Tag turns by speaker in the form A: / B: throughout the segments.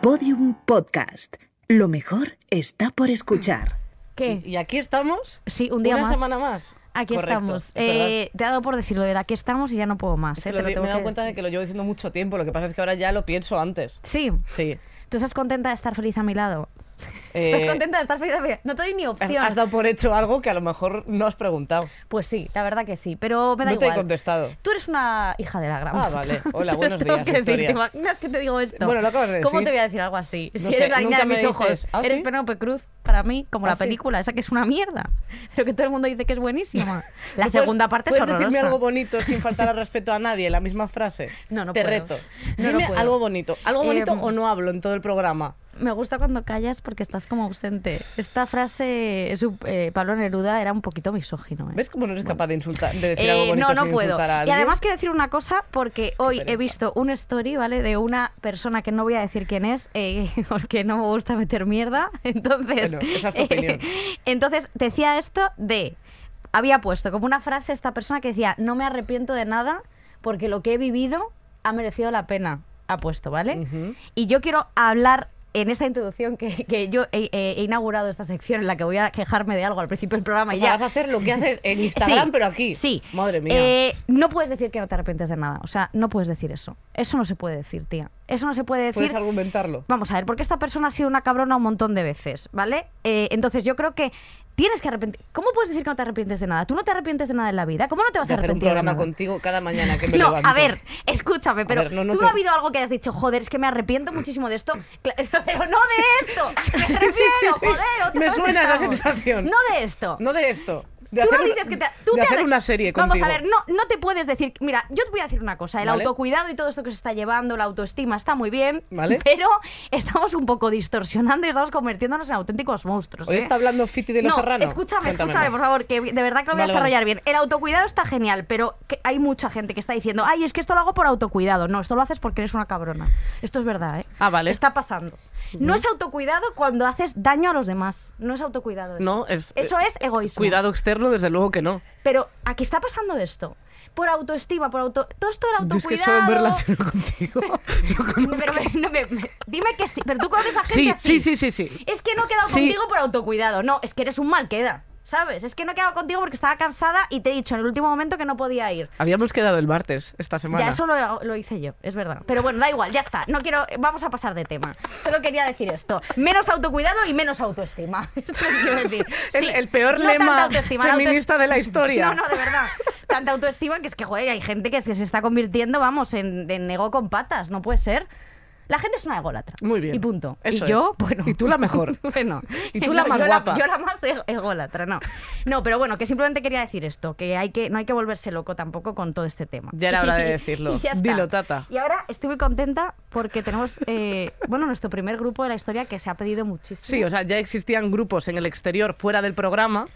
A: Podium Podcast. Lo mejor está por escuchar.
B: ¿Qué?
C: Y aquí estamos.
B: Sí, un día
C: una
B: más.
C: semana más.
B: Aquí
C: Correcto,
B: estamos.
C: es verdad.
B: Eh, te ha dado por decirlo de aquí estamos y ya no puedo más.
C: Es
B: eh, te
C: que lo
B: lo
C: di-
B: tengo
C: me he dado
B: que
C: cuenta de
B: decir.
C: que lo llevo diciendo mucho tiempo. Lo que pasa es que ahora ya lo pienso antes.
B: Sí.
C: Sí.
B: ¿Tú estás contenta de estar feliz a mi lado?
C: Eh,
B: ¿Estás contenta de estar feliz a mi lado? No te doy ni
C: Has,
B: opción.
C: has dado por hecho algo que a lo mejor no has preguntado.
B: Pues sí, la verdad que sí, pero me da
C: No te he
B: igual.
C: contestado.
B: Tú eres una hija de la gran.
C: Ah,
B: puta.
C: vale. Hola,
B: Te
C: buenos
B: tengo
C: días,
B: que decir,
C: Victoria.
B: ¿Te imaginas que te digo esto?
C: Bueno, lo acabas de
B: ¿Cómo
C: decir.
B: te voy a decir algo así?
C: No
B: si
C: sé,
B: eres la niña
C: nunca
B: de
C: me
B: mis
C: dices,
B: ojos,
C: ¿ah,
B: eres
C: sí?
B: Penélope Cruz para mí, como
C: ¿Ah,
B: la
C: sí?
B: película esa que es una mierda, pero que todo el mundo dice que es buenísima. La
C: ¿Tú puedes-
B: segunda parte es
C: ¿Puedes
B: horrorosa.
C: decirme algo bonito sin faltar al respeto a nadie? La misma frase.
B: No, no
C: Te
B: puedo.
C: reto.
B: No, no
C: Dime
B: puedo.
C: algo bonito. ¿Algo bonito
B: Em,
C: o no hablo en todo el programa?
B: Me gusta cuando callas porque estás como ausente. Esta frase, su- eh, Pablo Neruda era un poquito misógino. ¿eh?
C: ¿Ves cómo no eres capaz de, insultar, de decir
B: Eh,
C: algo bonito
B: no, no
C: sin
B: puedo.
C: insultar a
B: Y
C: alguien?
B: además quiero decir una cosa porque hoy he
C: pereza.
B: visto un story, ¿vale? De una persona que no voy a decir quién es eh, porque no me gusta meter mierda. Entonces, eh,
C: Bueno, esa es tu opinión.
B: entonces decía esto de había puesto como una frase esta persona que decía, "No me arrepiento de nada porque lo que he vivido ha merecido la pena." Ha puesto, ¿vale?
C: Ujú.
B: Y yo quiero hablar en esta introducción que, que yo he, he inaugurado esta sección en la que voy a quejarme de algo al principio del programa.
C: O
B: y
C: sea,
B: Pues ya.
C: vas a hacer lo que haces en Instagram,
B: Sí,
C: pero aquí.
B: Sí.
C: Madre mía.
B: Eh, no puedes decir que no te arrepientes de nada. O sea, no puedes decir eso. Eso no se puede decir, tía. Eso no se puede
C: ¿Puedes
B: decir.
C: argumentarlo?
B: Vamos a ver, porque esta persona ha sido una cabrona un montón de veces, ¿vale? Eh, entonces yo creo que tienes que arrepentir. ¿Cómo puedes decir que no te arrepientes de nada? Tú no te arrepientes de nada en la vida. ¿Cómo no te vas
C: de
B: a
C: hacer un
B: arrepentir de
C: programa
B: nada?
C: contigo cada mañana que me
B: no,
C: levanto.
B: a ver, escúchame, pero
C: ver, no, no
B: tú
C: te-
B: no ha habido algo que hayas dicho, joder, es que me arrepiento muchísimo de esto, Cla- pero no de esto, me
C: Sí, sí,
B: refiero,
C: sí, sí.
B: joder, otra
C: Me
B: vez
C: suena esa
B: estamos.
C: sensación.
B: No de esto.
C: No de esto. De
B: tú
C: hacer,
B: no dices que te, tú
C: de
B: te
C: hacer
B: arre-
C: una serie
B: Vamos
C: contigo.
B: a ver, no, no te puedes decir. Mira, yo te voy a decir una cosa: el
C: Vale.
B: autocuidado y todo esto que se está llevando, la autoestima está muy bien,
C: Vale.
B: pero estamos un poco distorsionando y estamos convirtiéndonos en auténticos monstruos.
C: Hoy
B: ¿eh?
C: está hablando Fiti de los
B: no,
C: Serranos.
B: escúchame, escúchame, por favor, que de verdad que lo voy a
C: Vale,
B: desarrollar bien. El autocuidado está genial, pero que hay mucha gente que está diciendo, ay, es que esto lo hago por autocuidado. No, esto lo haces porque eres una cabrona. Esto es verdad, ¿eh?
C: Ah, vale.
B: Está pasando. No es autocuidado cuando haces daño a los demás. No es autocuidado eso.
C: No, es- eh,
B: Eso es egoísmo.
C: Cuidado externo, desde luego que no.
B: Pero ¿a qué está pasando esto? Por autoestima, por auto... Todo esto del
C: Yo es que
B: autocuidado...
C: solo me relaciono contigo. No conozco-
B: Pero me- no me- me- dime que sí. Pero tú conoces a gente
C: Sí,
B: así.
C: sí, sí, sí, sí.
B: Es que no he quedado
C: Sí.
B: contigo por autocuidado. No, es que eres un mal queda, ¿sabes? Es que no he quedado contigo porque estaba cansada y te he dicho en el último momento que no podía ir.
C: Habíamos quedado el martes esta semana.
B: Ya, eso lo, lo hice yo, es verdad. Pero bueno, da igual, ya está. No quiero... Vamos a pasar de tema. Solo quería decir esto. Menos autocuidado y menos autoestima. Esto es lo que quiero decir.
C: El,
B: Sí,
C: el peor
B: no tanta
C: lema
B: autoestima, la autoestima-
C: feminista de la
B: No,
C: historia.
B: no, de verdad. Tanta autoestima que es que, joder, hay gente que se se está convirtiendo, vamos, en, en ego con patas. No puede ser. La gente es una ególatra.
C: Muy bien.
B: Y punto.
C: Eso
B: y yo,
C: es.
B: bueno.
C: Y tú la mejor.
B: bueno.
C: Y tú la
B: No,
C: más
B: yo
C: guapa.
B: yo la más eg- ególatra, no. No, pero bueno, que simplemente quería decir esto, que, hay que no hay que volverse loco tampoco con todo este tema.
C: Ya era hora de decirlo.
B: Y ya está.
C: Dilo, Tata.
B: Y ahora estoy muy contenta porque tenemos, eh, bueno, nuestro primer grupo de la historia que se ha pedido muchísimo.
C: Sí, o sea, ya existían grupos en el exterior fuera del programa,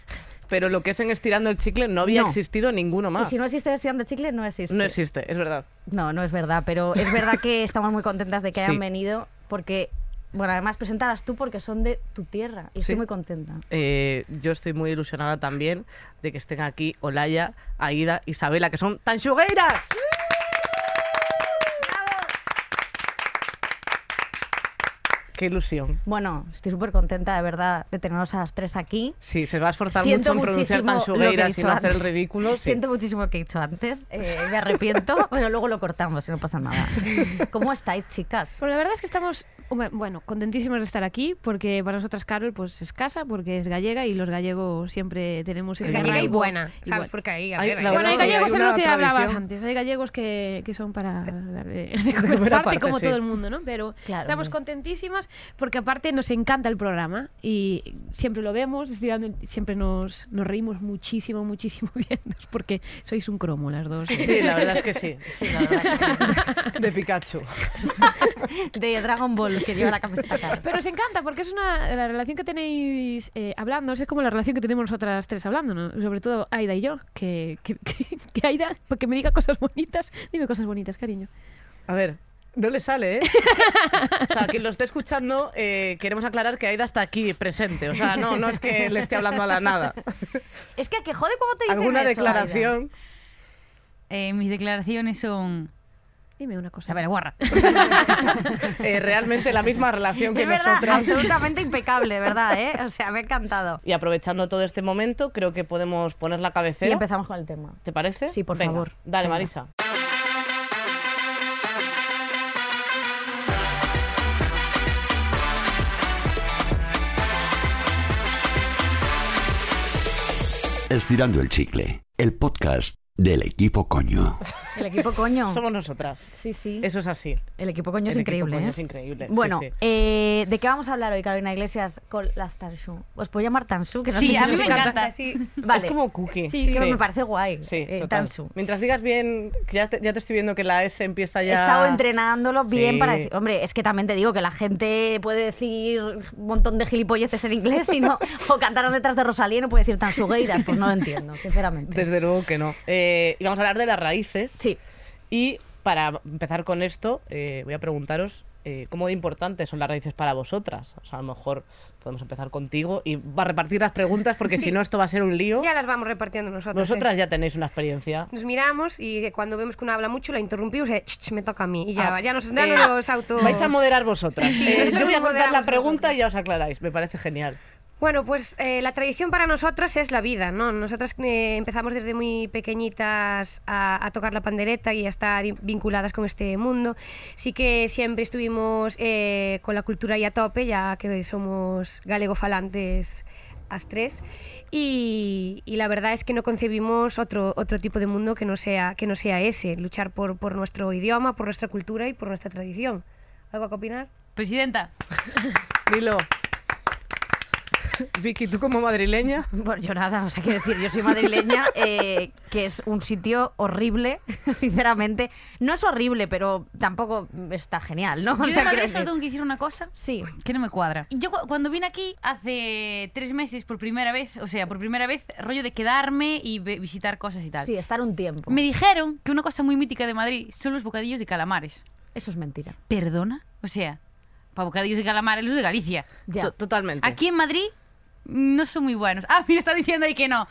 C: pero lo que es en Estirando el Chicle no había
B: No.
C: existido ninguno
B: Y
C: más.
B: si no existe estudiante chicle, no existe.
C: No existe, es verdad.
B: No, no es verdad, pero es verdad que estamos muy contentas de que hayan
C: Sí.
B: venido porque, bueno, además presentarlas tú porque son de tu tierra y estoy
C: Sí.
B: muy contenta.
C: Eh, yo estoy muy ilusionada también de que estén aquí Olaya, Aida, Isabela, que son tan xugueiras. ¡Qué ilusión!
B: Bueno, estoy súper contenta de verdad de teneros a las tres aquí.
C: Sí, se va a esforzar
B: Siento
C: mucho en pronunciar
B: muchísimo
C: tan
B: lo que he
C: xugueiras y
B: dicho
C: no hacer el
B: antes.
C: ridículo. sí.
B: Siento muchísimo que he dicho antes, eh, me arrepiento, pero luego lo cortamos y no pasa nada. ¿Cómo estáis, chicas?
D: Pues la verdad es que estamos, home, bueno, contentísimos de estar aquí, porque para nosotras Carol pues es casa, porque es gallega y los gallegos siempre tenemos ese
E: Es gallega y
D: arraigo.
E: buena,
D: Y
E: ¿sabes?
D: bueno.
E: Porque ahí
C: Ay,
E: gallega.
C: la
E: y
D: Bueno,
C: verdad
D: hay
E: buena.
C: es
D: gallegos
C: hay
D: en lo
C: una
D: que hablabas
C: tradición.
D: antes, hay gallegos que, que son para dar de,
C: comer
D: de comer parte,
C: aparte,
D: como
C: sí.
D: todo el mundo, ¿no? Pero
B: Claro,
D: estamos
B: hombre.
D: contentísimas porque aparte nos encanta el programa y siempre lo vemos, estirando el- siempre nos, nos reímos muchísimo, muchísimo viéndoos porque sois un cromo las dos. ¿eh?
C: Sí, la verdad es que sí. De Pikachu.
B: De Dragon Ball, que lleva la camiseta cara.
D: Pero os encanta porque es una la relación que tenéis eh, hablando, es como la relación que tenemos nosotras tres hablando, ¿no? sobre todo Aida y yo, que, que, que- que Aida, porque me diga cosas bonitas, dime cosas bonitas, cariño.
C: A ver, no le sale, ¿eh? O sea, quien lo esté escuchando, eh, queremos aclarar que Aida está aquí presente. O sea, no, no es que le esté hablando a la nada.
B: Es que, que jode cuando te dicen
C: ¿Alguna
B: eso, Aida.
C: declaración?
F: Eh, mis declaraciones son...
D: Dime una cosa.
B: Saber guarra.
C: Eh, realmente la misma relación que
B: es verdad,
C: nosotros.
B: absolutamente impecable, de ¿verdad? ¿eh? O sea, me ha encantado.
C: Y aprovechando todo este momento, creo que podemos poner la
B: Y
C: cabecera.
B: empezamos con el tema.
C: ¿Te parece?
B: Sí, por
C: Venga,
B: favor.
C: Dale,
B: Venga.
C: Marisa.
E: Estirando el chicle, el podcast del equipo coño.
B: El equipo coño.
C: Somos nosotras.
B: Sí, sí.
C: Eso es así.
B: El equipo coño ¿Mm? es
C: El equipo
B: increíble.
C: coño
B: ¿eh?
C: Es increíble. sí,
B: Bueno,
C: sí.
B: eh, ¿de qué vamos a hablar hoy, Carolina Iglesias, con las Tanshu? ¿Os puedo llamar Tanshu? Que no sé
F: Sí,
B: si
F: a
B: os
F: mí me encanta.
B: Vale.
C: Es como cookie.
B: Sí, es que me parece guay.
C: Sí,
B: eh,
C: total.
B: Tansu.
C: Mientras digas bien, que ya te, ya te estoy viendo que la S empieza
B: He
C: ya.
B: estado entrenándolo bien
C: Sí.
B: para decir. Hombre, es que también te digo que la gente puede decir un montón de gilipolleces en inglés y no, o cantar las letras de Rosalía y no puede decir tan sugueiras. Pues no lo entiendo, sinceramente.
C: Desde luego que no. Eh, y vamos a hablar de las raíces.
B: Sí.
C: Y para empezar con esto, eh, voy a preguntaros eh, cómo de importantes son las raíces para vosotras. O sea, a lo mejor podemos empezar contigo y va a repartir las preguntas porque si no esto va a ser un lío.
F: Ya las vamos repartiendo nosotros.
C: Vosotras ya tenéis una experiencia.
F: Nos miramos y cuando vemos que una habla mucho la interrumpimos y "Ch, ch, me toca a mí. Y ya,
C: Ah,
F: ya, nos, ya
C: eh,
F: no nos auto...
C: Vais a moderar vosotras.
F: Sí, sí,
C: Eh,
F: nosotros
C: yo voy a
F: nos
C: contar la
F: moderamos
C: pregunta
F: nosotras.
C: y ya os aclaráis. Me parece genial.
F: Bueno, pues eh, la tradición para nosotras es la vida, ¿no? Nosotras eh, empezamos desde muy pequeñitas a, a tocar la pandereta y a estar in- vinculadas con este mundo. Sí que siempre estuvimos eh, con la cultura y a tope, ya que somos galegofalantes as tres y, y la verdad es que no concebimos otro otro tipo de mundo que no sea que no sea ese luchar por, por nuestro idioma por nuestra cultura y por nuestra tradición algo que opinar
G: Presidenta,
C: Dilo. Vicky, tú como madrileña.
B: Bueno, yo nada, o sea, quiero decir, yo soy madrileña, eh, que es un sitio horrible, sinceramente. No es horrible, pero tampoco está genial, ¿no? O
G: yo de
B: sea,
G: Madrid
B: quiero
G: solo
B: decir-
G: tengo que decir una cosa
B: Sí,
G: que no me cuadra. Yo cu- cuando vine aquí hace tres meses por primera vez, o sea, por primera vez, rollo de quedarme y ve- visitar cosas y tal.
B: sí, estar un tiempo.
G: Me dijeron que una cosa muy mítica de Madrid son los bocadillos de calamares.
B: Eso es mentira.
G: ¿Perdona? O sea, para bocadillos de calamares los de Galicia.
B: Ya.
C: To- Totalmente.
G: Aquí en Madrid no son muy buenos. Ah, mira, está diciendo ahí que no.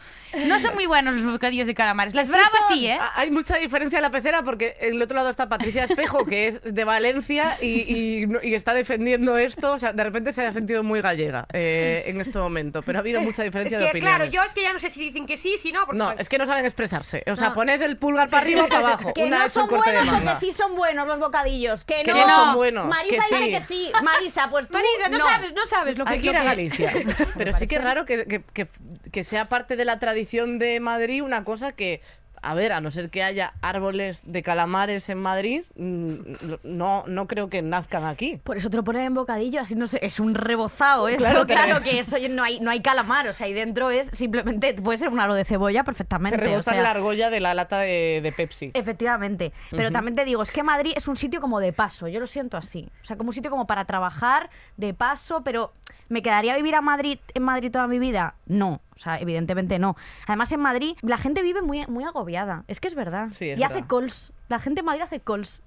G: No son muy buenos los bocadillos de calamares. Las bravas sí, ¿eh?
C: Ah, Hay mucha diferencia en la pecera porque en el otro lado está Patricia Espejo, que es de Valencia y, y no- y está defendiendo esto. O sea, de repente se ha sentido muy gallega eh, en este momento, pero ha habido mucha
F: Eh, es
C: diferencia de
F: que
C: opiniones.
F: claro yo es que ya no sé si dicen que sí si no porque
C: No,
F: son-
C: es que no saben expresarse. O sea,
F: No.
C: poned el pulgar para arriba o para abajo.
B: Que
C: Una
B: no
C: es
B: son
C: un corte de
B: buenos
C: manga.
B: porque sí son buenos los bocadillos. Que,
C: Que
B: no.
C: no son buenos,
B: Marisa
C: que
B: dice
C: sí.
B: que sí. Marisa, pues tú
F: Marisa, no, sabes, no sabes lo que
C: Hay que
F: lo
C: ir a
F: que-
C: Galicia. Pero sí que es raro que, que- que- que sea parte de la tradición de Madrid una cosa que, a ver, a no ser que haya árboles de calamares en Madrid, mm, no, no creo que nazcan aquí.
B: Por eso te lo ponen en bocadillo, así no sé, es un rebozado eso. Claro,
C: Claro, te-
B: que eso no hay, no hay calamar, o sea, ahí dentro es simplemente, puede ser un aro de cebolla
C: Te
B: perfectamente. o
C: rebotan
B: sea,
C: la argolla de la lata de, de Pepsi.
B: Efectivamente, pero también te digo, es que Madrid es un sitio como de paso, yo lo siento así, o sea, como un sitio como para trabajar, de paso, pero ¿me quedaría a vivir a Madrid, en Madrid toda mi vida? No, o sea, evidentemente no. Además, en Madrid la gente vive muy, muy agobiada, es que es verdad.
C: Sí, es
B: y hace
C: verdad.
B: calls, la gente en Madrid hace calls.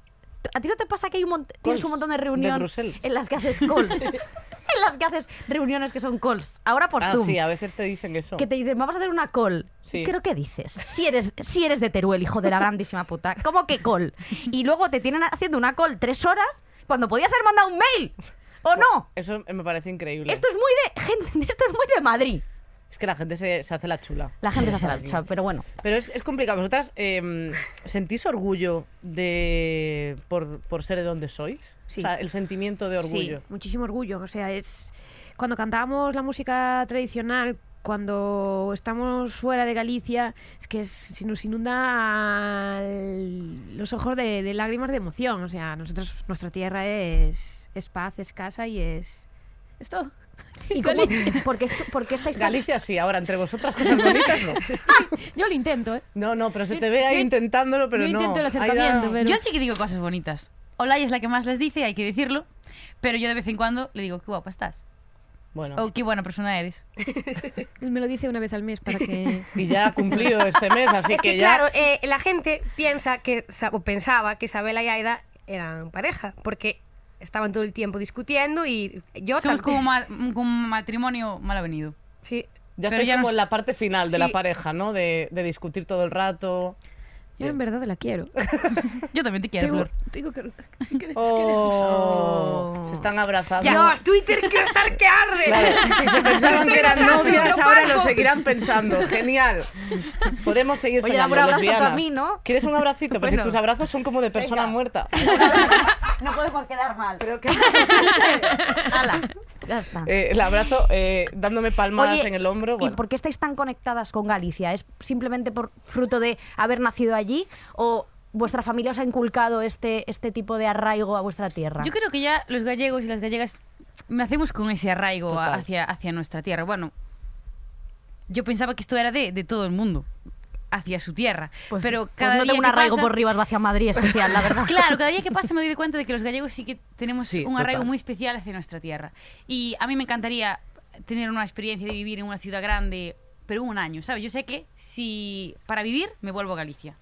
B: ¿A ti no te pasa que hay un mont- tienes un
C: Calls
B: montón de
C: de
B: reuniones
C: Bruselas.
B: en las que haces calls? en las que haces reuniones que son calls, ahora por
C: Ah,
B: Zoom
C: sí, a veces te dicen eso.
B: que te dicen, vamos a hacer una call.
C: Sí.
B: Creo que dices, si eres, si eres de Teruel, hijo de la grandísima puta, ¿cómo que call? Y luego te tienen haciendo una call tres horas cuando podías haber mandado un mail. ¿O no?
C: Eso me parece increíble.
B: Esto es muy de gente, esto es muy de Madrid.
C: Es que la gente se, se hace la chula.
B: La gente se hace la
C: Aquí.
B: chapa, pero bueno.
C: Pero es, es complicado. ¿Vosotras eh, sentís orgullo de por, por ser de donde sois? O
F: Sí.
C: sea, el sentimiento de orgullo.
D: Sí, muchísimo orgullo. O sea, es cuando cantábamos la música tradicional, cuando estamos fuera de Galicia, es que es- se nos inunda el- los ojos de, de lágrimas de emoción. O sea, nosotros, nuestra tierra es, es paz, es casa y es, es todo.
B: ¿Y cómo, por, qué estu- por qué estáis tan-
C: Galicia sí, ahora entre vosotras cosas bonitas no.
D: Yo lo intento, ¿eh?
C: No, no, pero se te ve ahí
D: Yo-
C: intentándolo, pero
D: yo
C: no.
D: intento el
C: Aida-
D: acercamiento, pero-
G: Yo sí que digo cosas bonitas. Olay es la que más les dice, hay que decirlo. Pero yo de vez en cuando le digo, qué guapa estás.
C: Bueno,
G: O qué buena persona eres.
D: Él me lo dice una vez al mes para que...
C: y ya ha cumplido este mes, así
F: es que,
C: ya.
F: claro, eh, la gente piensa que, sa- o pensaba que Isabela y Aida eran pareja, porque estaban todo el tiempo discutiendo y yo
G: Somos
F: tam-
G: como, ma- como un matrimonio mal avenido.
F: Sí.
C: ya
G: pero
C: estáis
G: ya
C: como
G: nos-
C: en la parte final de la
G: Sí.
C: pareja, ¿no? De, de discutir todo el rato.
D: Yo en verdad la quiero.
G: Yo también te quiero,
D: Tengo,
G: Flor.
D: tengo que...
C: Oh, se están abrazando.
F: Dios, Twitter quiero estar que arde.
C: Claro, si se pensaban que eran
F: matando,
C: novias,
F: lo
C: ahora
F: pago.
C: lo seguirán pensando. Genial. Podemos seguir
B: Oye,
C: soñando,
B: dame un abrazo
C: lesbianas.
B: a mí, ¿no?
C: ¿Quieres un abracito? Pues
B: Bueno.
C: si tus abrazos son como de persona
B: Venga.
C: muerta.
B: No podemos quedar mal.
C: Pero que-
B: Ala, ya está.
C: Eh, el abrazo eh, dándome palmadas
B: Oye,
C: en el hombro.
B: ¿Y
C: bueno.
B: por qué estáis tan conectadas con Galicia? ¿Es simplemente por fruto de haber nacido allí o vuestra familia os ha inculcado este, este tipo de arraigo a vuestra tierra?
G: Yo creo que ya los gallegos y las gallegas nacemos con ese arraigo a-
C: Total.
G: hacia, hacia nuestra tierra. Bueno, yo pensaba que esto era de, de todo el mundo, hacia su tierra.
B: Pues-
G: Pero
B: pues
G: cada
B: no
G: día
B: tengo un
G: que
B: arraigo
G: pasa-
B: por Rivas hacia Madrid especial, la verdad.
G: Claro, cada día que pasa me doy cuenta de que los gallegos sí que tenemos
C: Sí,
G: un arraigo
C: total.
G: muy especial hacia nuestra tierra. Y a mí me encantaría tener una experiencia de vivir en una ciudad grande, pero un año, ¿sabes? Yo sé que si para vivir me vuelvo a Galicia.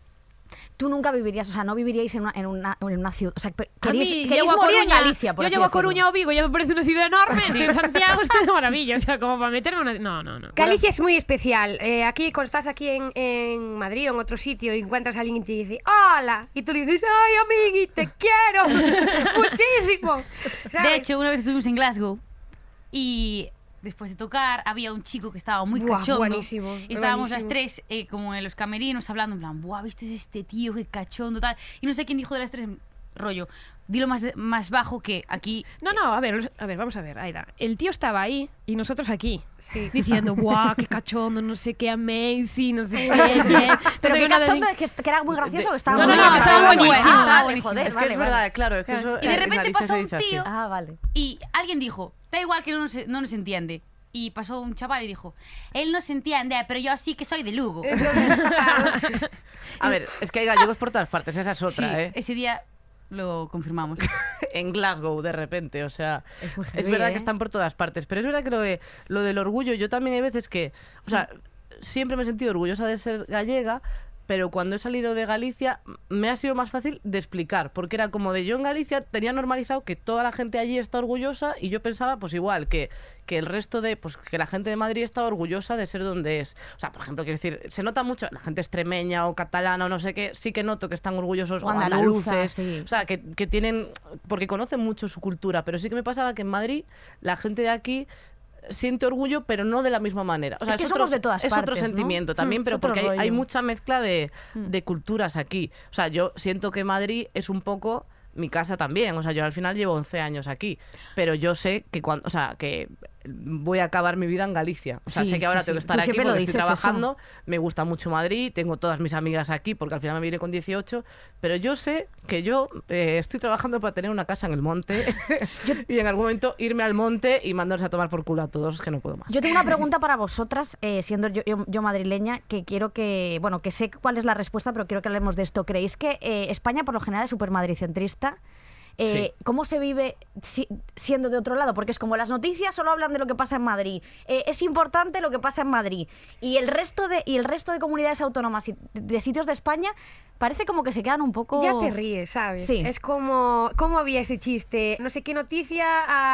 B: Tú nunca vivirías, o sea, no viviríais en una, en una, en una ciudad. O sea, pe-
D: A
B: queréis,
D: mí,
B: queréis
D: llego a
B: morir
D: Coruña,
B: en Galicia, por
D: Yo
B: así
D: llego a
B: decirlo.
D: Coruña o Vigo, ya me parece una ciudad enorme. Estoy en Santiago, estoy de maravilla. O sea, como para meterme una... No, no, no.
F: Galicia es muy especial. Eh, aquí, cuando estás aquí en, en Madrid o en otro sitio y encuentras a alguien y te dice ¡Hola! Y tú le dices ¡Ay, amigui, te quiero! ¡Muchísimo! ¿sabes?
G: De hecho, una vez estuvimos en Glasgow y después de tocar había un chico que estaba muy
F: Buah,
G: cachondo.
F: buenísimo,
G: Y estábamos las
F: buenísimo.
G: tres eh, como en los camerinos hablando en plan, "Buah, ¿viste este tío qué cachondo tal?" Y no sé quién dijo de las tres rollo, dilo más de- más bajo que aquí
D: No, no, a ver, los- a ver, vamos a ver, Aida. El tío estaba ahí y nosotros aquí.
F: Sí.
D: Diciendo, guau, qué cachondo, no sé qué, amazing, no sé qué, bien. no
B: Pero qué
D: sé qué, no sé
B: cachondo
D: qué".
B: es que, que era muy gracioso o que estaba
D: No, no,
B: muy
D: no, que estaba
B: bueno.
D: buenísimo,
B: Ah, vale,
G: buenísimo.
B: joder,
G: Es
C: Es que
B: vale,
C: es
B: vale.
C: verdad, claro. Es que eso,
G: Y de
C: eh, en
G: repente
C: Galicia
G: pasó
C: se
G: un
C: dice así.
G: tío.
B: Ah, vale.
G: Y alguien dijo, da igual que no nos, no nos entiende. Y pasó un chaval y dijo, él no se entiende, ah, pero yo sí que soy de Lugo.
F: Entonces, claro,
C: A ver, es que hay gallegos por todas partes, esa es
G: Sí,
C: otra, ¿eh?
G: ese día lo confirmamos.
C: en Glasgow de repente, o sea,
B: Es muy
C: es,
B: heavy,
C: verdad
B: ¿eh?
C: que están por todas partes, pero es verdad que lo, de, lo del orgullo, yo también hay veces que, o sea, siempre me he sentido orgullosa de ser gallega, pero cuando he salido de Galicia m- me ha sido más fácil de explicar, porque era como de yo en Galicia tenía normalizado que toda la gente allí está orgullosa y yo pensaba pues igual que que el resto de, pues que la gente de Madrid está orgullosa de ser donde es. O sea, por ejemplo, quiero decir, se nota mucho, la gente extremeña o catalana o no sé qué, sí que noto que están orgullosos,
B: O
C: o
B: andaluza,
C: andaluces,
B: sí.
C: o sea, que, que tienen, porque conocen mucho su cultura, pero sí que me pasaba que en Madrid la gente de aquí siente orgullo, pero no de la misma manera. O sea,
B: Es que
C: otro,
B: somos de todas
C: es otro
B: partes, ¿no?
C: sentimiento
B: Mm,
C: también,
B: es
C: pero
B: otro
C: porque hay, hay
B: rollo. Mm.
C: mucha mezcla de, de culturas aquí. O sea, yo siento que Madrid es un poco mi casa también. O sea, yo al final llevo 11 años aquí, pero yo sé que cuando, o sea, que voy a acabar mi vida en Galicia. O sea,
B: Sí,
C: sé
B: sí,
C: que ahora
B: sí.
C: tengo que estar
B: Tú
C: aquí
B: siempre
C: porque
B: lo
C: estoy
B: dices, eso.
C: trabajando, me gusta mucho Madrid, tengo todas mis amigas aquí porque al final me vine con 18, pero yo sé que yo eh, estoy trabajando para tener una casa en el monte y en algún momento irme al monte y mandarse a tomar por culo a todos que no puedo más.
B: Yo tengo una pregunta para vosotras, eh, siendo yo, yo- yo madrileña, que quiero que, bueno, que sé cuál es la respuesta, pero quiero que hablemos de esto. ¿Creéis que eh, España por lo general es súper madricentrista? Eh, ¿Cómo se vive si- siendo de otro lado? Porque es como las noticias solo hablan de lo que pasa en Madrid. Eh, es importante lo que pasa en Madrid. Y el resto de, y el resto de comunidades autónomas y de sitios de España parece como que se quedan un poco...
F: ya te ríes, ¿sabes?
B: Sí.
F: Es como, ¿cómo había ese chiste? No sé qué noticia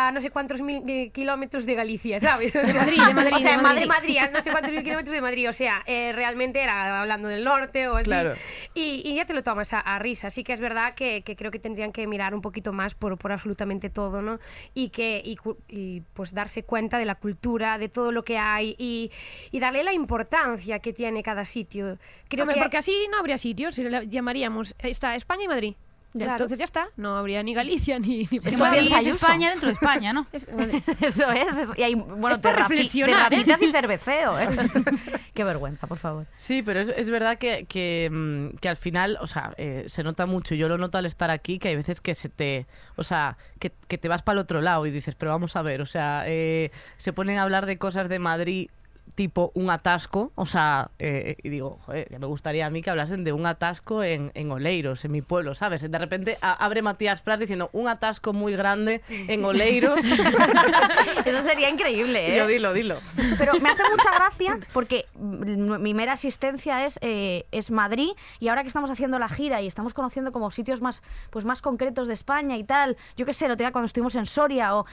F: a no sé cuántos mil eh, kilómetros de Galicia, ¿sabes? O sea, de
D: Madrid, de Madrid,
F: O sea,
D: de
F: en
D: Madrid.
F: Madrid, Madrid, a no sé cuántos mil kilómetros de Madrid. O sea, eh, realmente era hablando del norte o así.
C: Claro.
F: Y, y ya te lo tomas a, a risa. Sí que es verdad que, que creo que tendrían que mirar un poquito más por, por absolutamente todo, ¿no? Y que y, cu- y, pues darse cuenta de la cultura, de todo lo que hay y, y darle la importancia que tiene cada sitio. Creo
D: Hombre,
F: que
D: porque así no habría sitios, si le llamaríamos, eh, está España y Madrid. Ya,
F: Claro.
D: Entonces ya está, no habría ni Galicia ni, ni
G: Es
D: Madrid.
G: que Madrid es
B: Ayuso.
G: España dentro de España, ¿no?
D: Es- madre.
B: Eso es. es- y hay, bueno,
D: Es para
B: terraci-
D: reflexionar, ¿eh?
B: terracitas y cerveceo. ¿eh? Qué vergüenza, por favor.
C: Sí, pero es, es verdad que, que, mm, que al final, o sea, eh, se nota mucho. Yo lo noto al estar aquí, que hay veces que se te, o sea, que, que te vas para el otro lado y dices, pero vamos a ver, o sea, eh, se ponen a hablar de cosas de Madrid tipo un atasco, o sea, eh, y digo, joder, que me gustaría a mí que hablasen de un atasco en, en Oleiros, en mi pueblo, ¿sabes? De repente a- abre Matías Prat diciendo un atasco muy grande en Oleiros.
B: Eso sería increíble, ¿eh?
C: Y yo, dilo, dilo.
B: Pero me hace mucha gracia porque mm, mi mera asistencia es, eh, es Madrid y ahora que estamos haciendo la gira y estamos conociendo como sitios más, pues más concretos de España y tal, yo qué sé, el otro día cuando estuvimos en Soria o...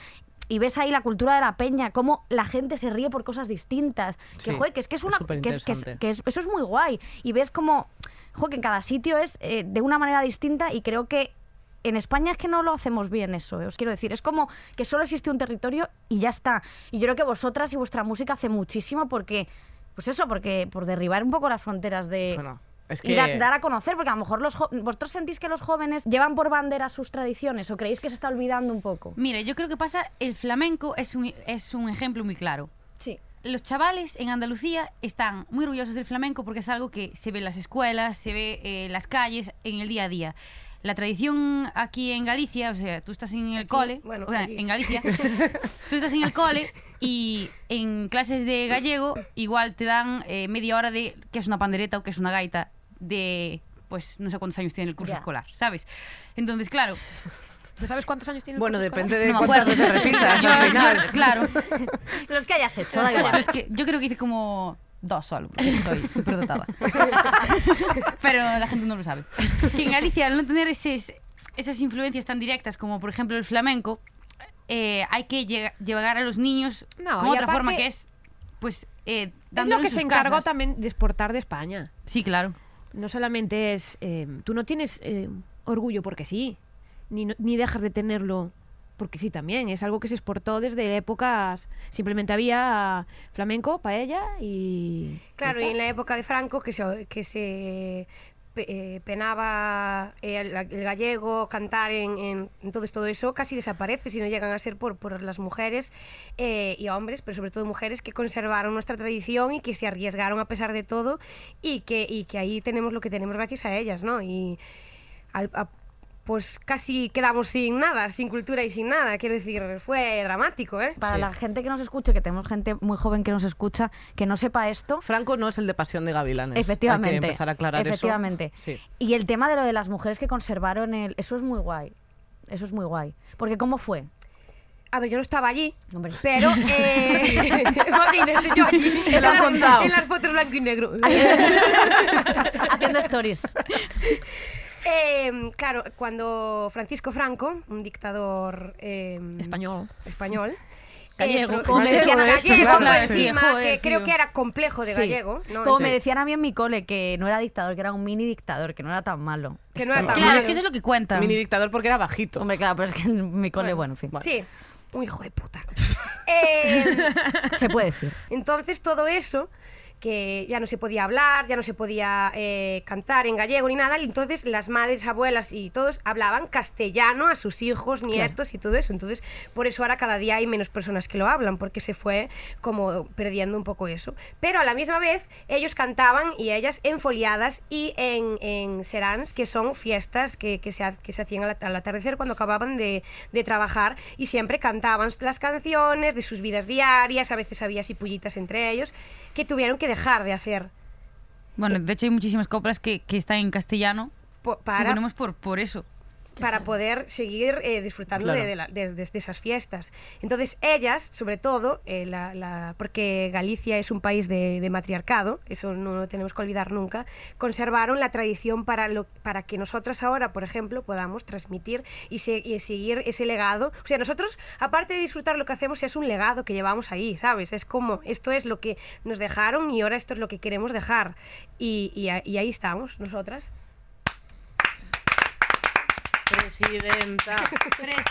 B: Y ves ahí la cultura de la peña, cómo la gente se ríe por cosas distintas. Que,
C: Sí,
B: joder, que es que es
C: es
B: una... que es- que es-
C: superinteresante.
B: que es- eso es muy guay. Y ves como jo, que en cada sitio es eh, de una manera distinta y creo que en España es que no lo hacemos bien eso, eh, os quiero decir. Es como que solo existe un territorio y ya está. Y yo creo que vosotras y vuestra música hace muchísimo porque, pues eso, porque por derribar un poco las fronteras de...
C: Bueno, es
B: Y
C: que...
B: da- dar a conocer, porque a lo mejor los jo- vosotros sentís que los jóvenes llevan por bandera sus tradiciones o creéis que se está olvidando un poco.
G: Mira, yo creo que pasa, el flamenco es un, es un ejemplo muy claro.
B: Sí.
G: Los chavales en Andalucía están muy orgullosos del flamenco porque es algo que se ve en las escuelas, se ve eh, en las calles, en el día a día. La tradición aquí en Galicia, o sea, tú estás en el cole,
F: bueno,
G: o sea,
F: allí.
G: en Galicia, tú estás en el cole y en clases de gallego igual te dan eh, media hora de qué es una pandereta o qué es una gaita de, pues, no sé cuántos años tiene el curso
B: Ya.
G: escolar, ¿sabes? Entonces, claro,
D: ¿Tú sabes cuántos años tiene? el
C: Bueno,
D: curso escolar?
C: depende de
G: no me
C: cuántas
G: acuerdo.
C: veces repitas
G: Yo-
C: al
G: yo-
C: final.
G: claro,
B: Los que hayas hecho, da igual.
G: Pero es que yo creo que hice como dos solo, porque soy súper dotada. Pero la gente no lo sabe. Que en Galicia, al no tener eses- esas influencias tan directas como, por ejemplo, el flamenco, eh, hay que llega- llevar a los niños
D: No,
G: con
D: y
G: otra forma
D: aparte-
G: que es, pues, eh,
D: Es
G: dándolo
D: lo que
G: en sus
D: se encargó
G: casas.
D: también de exportar de España.
G: Sí, claro.
D: No solamente es... eh, tú no tienes eh, orgullo porque sí, ni, no- ni dejas de tenerlo porque sí también. Es algo que se exportó desde épocas... Simplemente había flamenco, paella y...
F: Claro,
D: ya
F: y
D: está.
F: en la época de Franco que se, que se pe- eh, penaba eh, el, el gallego, cantar en, en- entonces todo eso casi desaparece si no llegan a ser por, por las mujeres eh, y hombres, pero sobre todo mujeres que conservaron nuestra tradición y que se arriesgaron a pesar de todo y que, y que ahí tenemos lo que tenemos gracias a ellas, ¿no? Y al- a- pues casi quedamos sin nada, sin cultura y sin nada, quiero decir, fue dramático, ¿eh?
B: Para
C: Sí.
B: la gente que nos escuche, que tenemos gente muy joven que nos escucha, que no sepa esto,
C: Franco no es el de Pasión de Gavilanes.
B: efectivamente.
C: Hay que empezar a aclarar
B: efectivamente.
C: eso. Sí.
B: Y el tema de lo de las mujeres que conservaron el. Eso es muy guay. Eso es muy guay. Porque ¿cómo fue?
F: A ver, yo no estaba allí,
B: Hombre.
F: pero eh, imagínate yo allí.
C: Te lo han
F: en las-
C: contado.
F: En las fotos blanco y negro.
B: Haciendo stories.
F: Eh, claro, cuando Francisco Franco, un dictador eh,
D: Español.
F: español, eh,
D: Gallego.
F: pro-
B: Como me decían a-
F: gallego,
B: claro,
F: por
G: sí.
F: encima,
G: Joder,
F: que creo
G: tío.
F: que era complejo de
B: Sí.
F: gallego, ¿no?
B: Como
F: Sí.
B: me decían a mí en mi cole, que no era dictador, que era un mini dictador, que no era tan malo.
F: que no era tan
G: Claro,
F: malo.
G: es que eso es lo que cuentan.
C: Mini dictador porque era bajito.
B: Hombre, claro, pero es que en mi cole, bueno, en fin.
F: Sí, un hijo de puta. Eh,
B: Se puede decir.
F: Entonces todo eso, que ya no se podía hablar, ya no se podía eh, cantar en gallego ni nada, y entonces las madres, abuelas y todos hablaban castellano a sus hijos, nietos y todo eso. Entonces por eso ahora cada día hay menos personas que lo hablan, porque se fue como perdiendo un poco eso. Pero a la misma vez ellos cantaban y ellas en foliadas y en, en seráns, que son fiestas que, que se, ha- que se hacían al, al atardecer cuando acababan de, de trabajar y siempre cantaban las canciones de sus vidas diarias, a veces había así pullitas entre ellos, que tuvieron que dejar de hacer
G: Bueno, de hecho hay muchísimas coplas que, que están en castellano,
F: po- para,
G: suponemos por, por eso.
F: para poder seguir eh, disfrutando
C: Claro.
F: de, de la- de- de- de esas fiestas. Entonces ellas, sobre todo, eh, la- la- porque Galicia es un país de, de matriarcado, eso no lo tenemos que olvidar nunca, conservaron la tradición para, lo, para que nosotras ahora, por ejemplo, podamos transmitir y, se- y seguir ese legado. O sea, nosotros, aparte de disfrutar lo que hacemos, es un legado que llevamos ahí, ¿sabes? Es como, esto es lo que nos dejaron y ahora esto es lo que queremos dejar. Y, y a- y ahí estamos, nosotras.
C: Presidenta.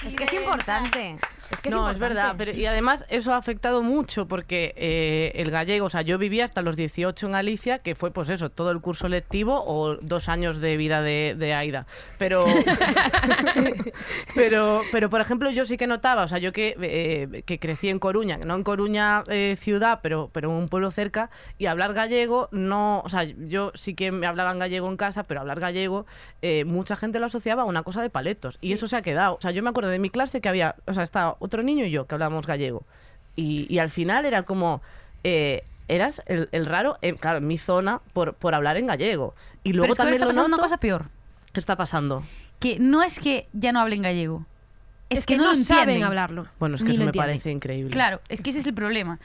B: Es que es importante. Es que
C: no, es verdad,
B: importante.
C: pero y además eso ha afectado mucho porque eh, el gallego, o sea, yo viví hasta los 18 en Galicia, que fue pues eso, todo el curso lectivo o dos años de vida de, de Aida. Pero, pero, pero por ejemplo, yo sí que notaba, o sea, yo que, eh, que crecí en Coruña, que no en Coruña eh, ciudad, pero, pero en un pueblo cerca, y hablar gallego no, o sea, yo sí que me hablaban gallego en casa, pero hablar gallego eh, mucha gente lo asociaba a una cosa de paletos, y eso se ha quedado. O sea, yo me acuerdo de mi clase que había, o sea, estaba otro niño y yo que hablábamos gallego, y, y al final era como... eh, Eras el, el raro, eh, claro, en mi zona, por, por hablar en gallego. Y luego
G: Pero es que ahora
C: también
G: está
C: lo
G: pasando una
C: noto-
G: cosa peor.
C: ¿Qué está pasando?
G: que no es que ya no hablen gallego. Es, que, no, lo entienden.
D: saben hablarlo.
C: Bueno, es que
D: Ni
C: eso
D: lo
C: me
D: entienden.
C: parece increíble.
G: Claro, es que ese es el problema.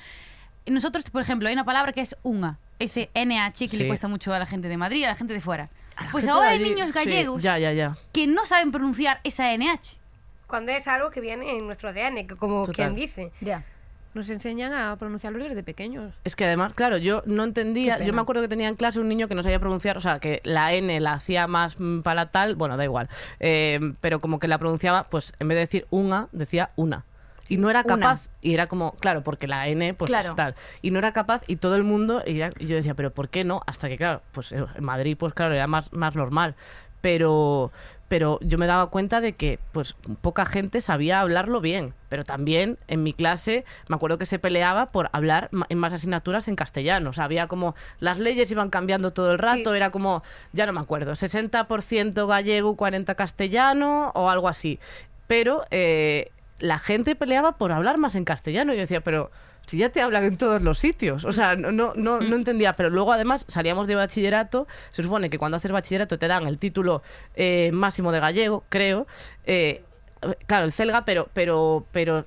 G: Nosotros, por ejemplo, hay una palabra que es unga. Ese NH que
C: Sí.
G: le cuesta mucho a la gente de Madrid, a la gente de fuera. Pues
C: Gente
G: ahora
C: de
G: hay
C: allí-
G: niños
C: sí,
G: gallegos
C: ya, ya, ya.
G: que no saben pronunciar esa NH.
F: Cuando es algo que viene en nuestro ADN, que como
C: Total.
F: quien dice.
B: Ya.
D: Nos enseñan a pronunciarlo desde pequeños.
C: Es que además, claro, yo no entendía.
B: Qué
C: Yo me
B: pena.
C: acuerdo que tenía en clase un niño que no sabía pronunciar, o sea, que la N la hacía más mm, palatal, bueno, da igual. eh, pero como que la pronunciaba, pues en vez de decir una, decía una. Y no era
B: una.
C: capaz. Y era como, claro, porque la N, pues
B: Claro.
C: es tal. Y no era capaz, y todo el mundo. Y, era- y yo decía, ¿pero por qué no? Hasta que, claro, pues eh, en Madrid, pues claro, era más, más normal. Pero. Pero yo me daba cuenta de que, pues, poca gente sabía hablarlo bien. Pero también en mi clase me acuerdo que se peleaba por hablar ma- en más asignaturas en castellano. O sea, había como las leyes iban cambiando todo el rato, era como, ya no me acuerdo, 60% gallego, 40% castellano o algo así. Pero eh, la gente peleaba por hablar más en castellano. Y yo decía, pero si ya te hablan en todos los sitios. O sea, no, no, no, no entendía. Pero luego, además, salíamos de bachillerato. Se supone que cuando haces bachillerato te dan el título eh, máximo de gallego, creo. Eh, claro, el celga, pero, pero, pero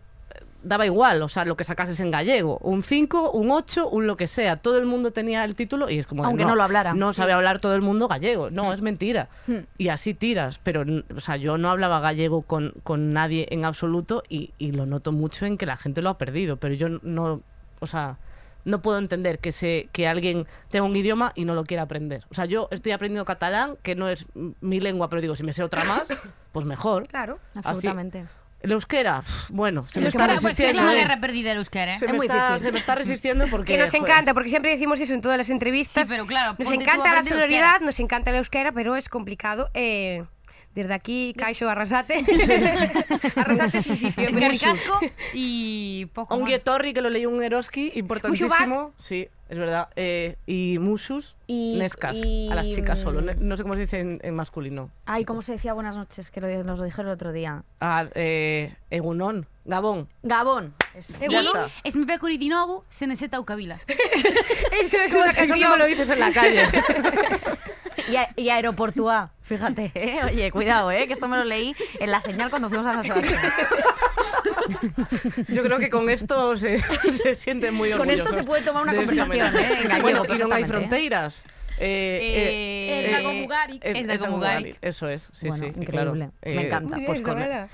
C: daba igual, o sea, lo que sacases en gallego. Un 5, un 8, un lo que sea. Todo el mundo tenía el título y es como... de,
B: Aunque no lo hablara.
C: No sabe hablar todo el mundo gallego. No, es mentira.
B: Mm.
C: Y así tiras. Pero, n- o sea, yo no hablaba gallego con, con nadie en absoluto y, y lo noto mucho en que la gente lo ha perdido. Pero yo no... O sea... No puedo entender que, se, que alguien tenga un idioma y no lo quiera aprender. O sea, yo estoy aprendiendo catalán, que no es m- mi lengua, pero digo, si me sé otra más, pues mejor.
F: Claro.
C: Así.
B: Absolutamente.
C: El euskera, pf, bueno, se
G: El
C: me está
G: euskera, pues, es
C: resistiendo.
G: una guerra perdida el euskera, ¿eh?
C: Se me,
B: muy
C: está,
B: difícil.
C: se me está resistiendo porque...
F: Que nos
C: joder,
F: encanta, porque siempre decimos eso en todas las entrevistas.
G: Sí, pero claro,
F: Nos
G: ponte tú a
F: encanta la
G: aprender euskera.
F: sonoridad, nos encanta la euskera, pero es complicado. eh, desde aquí, Caixo, Arrasate. Arrasate es un sitio.
G: El caricasco y poco
C: Ongi
G: más.
C: etorri, que lo leí un Eroski, importantísimo. Sí, es verdad. Eh, y musus,
B: Y-
C: nescas,
B: y-
C: a las chicas solo. Ne- No sé cómo se dice en, en masculino.
B: Ay, ¿cómo se decía buenas noches? Que lo- nos lo dijeron el otro día.
C: Ah, eh, egunon, Gabón.
B: Gabón.
G: Y es mi pecuritinogu, se necesita ucabila.
F: Eso es
C: Eso no
F: una
C: me
F: canción.
C: lo dices en la calle.
B: Y, a- y aeroportuá. Fíjate, ¿eh? Oye, cuidado, ¿eh? Que esto me lo leí en la señal cuando fuimos a San Sebastián.
C: Yo creo que con esto se, se siente muy
B: Con esto
C: orgullosos
B: se puede tomar una
C: de este
B: conversación,
C: homenaje.
B: ¿eh? En gallego,
C: Bueno, y no hay
B: perfectamente, ¿eh?
C: fronteras. Eh, eh,
G: Eh, el Dagomugaric.
C: eh,
G: El Dagomugaric.
C: Eso es, sí,
B: Bueno,
C: sí. que claro,
B: increíble.
C: eh,
B: Me encanta.
F: Muy bien,
B: Pues con
F: Isabela.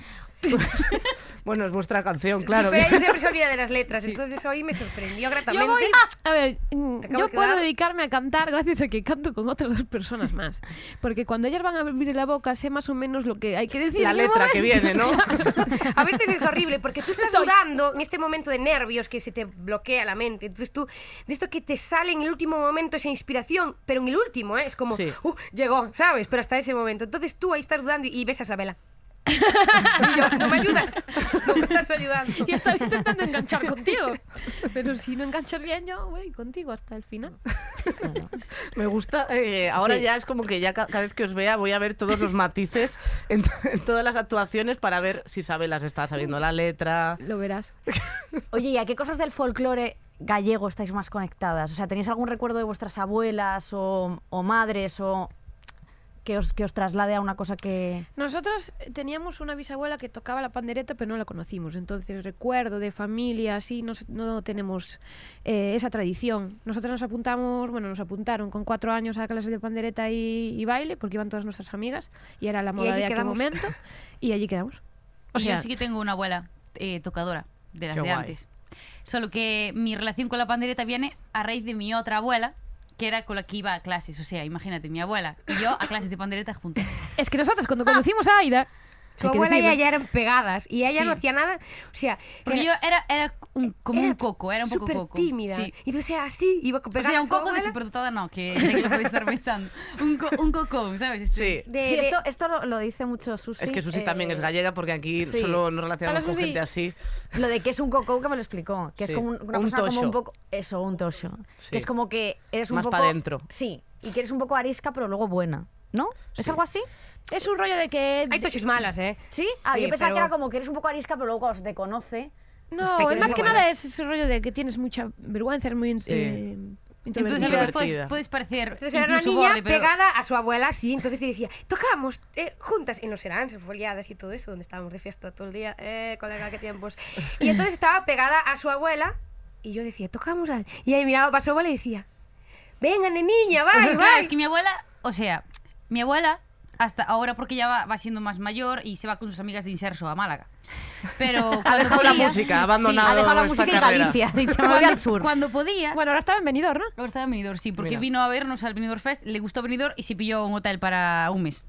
C: Bueno, es vuestra canción,
F: Claro.
C: claro.
F: Sí, pero
B: este
F: ella siempre se olvida de las letras, entonces hoy me sorprendió gratamente.
D: Yo voy. A ver, mm, yo
F: Acabo de quedar-
D: puedo dedicarme a cantar gracias a que canto con otras dos personas más. Porque cuando ellas van a abrir la boca, sé más o menos lo que hay que decir.
C: la
D: en el
C: letra que
D: momento.
C: viene, ¿no?
F: A veces es horrible porque tú estás dudando en este momento de nervios que se te bloquea la mente. Entonces tú, de esto que te sale en el último momento esa inspiración, pero en el último, ¿eh? es como,
C: Sí.
F: "Uh, llegó, ¿sabes? Pero hasta ese momento. Entonces tú ahí estás dudando y ves a Isabela. Y yo, no me ayudas, no me estás ayudando.
D: Y estoy intentando enganchar contigo. Pero si no enganchas bien, yo voy contigo hasta el final.
C: Me gusta. eh, ahora ya es como que ya ca- cada vez que os vea voy a ver todos los matices en, to- en todas las actuaciones para ver si Isabela se está sabiendo la letra.
D: Lo verás.
B: Oye, ¿y a qué cosas del folclore gallego estáis más conectadas? O sea, ¿tenéis algún recuerdo de vuestras abuelas o, o madres o que os, que os traslade a una cosa que...
D: Nosotros eh, teníamos una bisabuela que tocaba la pandereta, pero no la conocimos. Entonces, recuerdo de familia, así, no, s- no tenemos eh, esa tradición. Nosotros nos apuntamos, bueno, nos apuntaron con cuatro años a clases de pandereta y, y baile, porque iban todas nuestras amigas, y era la moda
F: allí
D: de aquel
F: quedamos.
D: momento, y allí quedamos. O
G: Y
D: sea,
G: yo sí que tengo una abuela eh, tocadora, de las
C: Qué
G: de
C: guay.
G: antes. Solo que mi relación con la pandereta viene a raíz de mi otra abuela, que era con la que iba a clases. O sea, imagínate, mi abuela y yo a clases de pandereta juntas.
D: Es que nosotros cuando conocimos a Aida...
F: Su
D: hay que
F: abuela y
D: decirlo,
F: ella eran pegadas y ella
G: Sí.
F: no hacía nada. O sea,
G: Porque yo era, era un- como un coco, era un poco
F: súper
G: coco.
F: tímida.
G: Sí.
F: Y entonces era así, iba con
G: O sea, un coco de superdotada no, que sé que lo podéis estar pensando. Un, co un cocón, ¿sabes?
C: Sí.
B: sí,
F: De, de-
B: esto, esto lo, lo dice mucho Susi.
C: Es que Susi
B: eh,
C: también es gallega porque aquí
B: sí.
C: solo nos relacionamos
D: Hola,
C: con
D: Susi.
C: gente así.
B: Lo de que es un cocó que me lo explicó. Que
C: Sí,
B: es como un- una
C: un
B: persona como
C: tosho.
B: un poco... Eso, un tosho.
C: Sí.
B: Que es como que eres un
C: Más
B: poco...
C: pa' dentro.
B: Sí, y que eres un poco arisca pero luego buena. ¿No? ¿Es
C: Sí.
B: algo así?
D: Es un rollo de que...
F: Hay tochis malas, ¿eh?
B: ¿Sí? Ah,
F: Sí,
B: yo pensaba que
F: pero-
B: era como que eres un poco arisca pero luego cuando se te conoce... pues te
D: No,
B: crees
D: más que
B: buena.
D: nada es ese rollo de que tienes mucha vergüenza, eres muy...
C: Sí.
D: eh,
G: Entonces a
D: introvertida.
G: veces puedes,
C: Introvertida.
G: puedes parecer
F: Entonces era una
G: incluso
F: niña
G: borde, pero...
F: pegada a su abuela, sí, entonces yo decía, tocábamos eh, juntas en los serán, foliadas y todo eso, donde estábamos de fiesta todo el día, eh, colega, qué tiempos. Y entonces estaba pegada a su abuela y yo decía, tocamos al... Y ahí miraba para su abuela y decía, venga, niña,
G: Claro,
F: vai, vai.
G: es que mi abuela, o sea, mi abuela, hasta ahora porque ya va, va siendo más mayor y se va con sus amigas de inserso a Málaga. Pero
C: Ha
G: cuando
C: dejado la
G: podía-
C: música, ha abandonado
B: ha dejado la
C: esta
B: música en
C: carrera.
B: Galicia, ha dicho, me voy
G: Cuando,
B: al sur.
G: cuando podía,
D: Bueno, ahora estaba en Benidorm, ¿no?
G: Ahora está en Benidorm, sí, porque
C: Mira.
G: vino a vernos al Benidorm Fest, le gustó Benidorm y se pilló un hotel para un mes.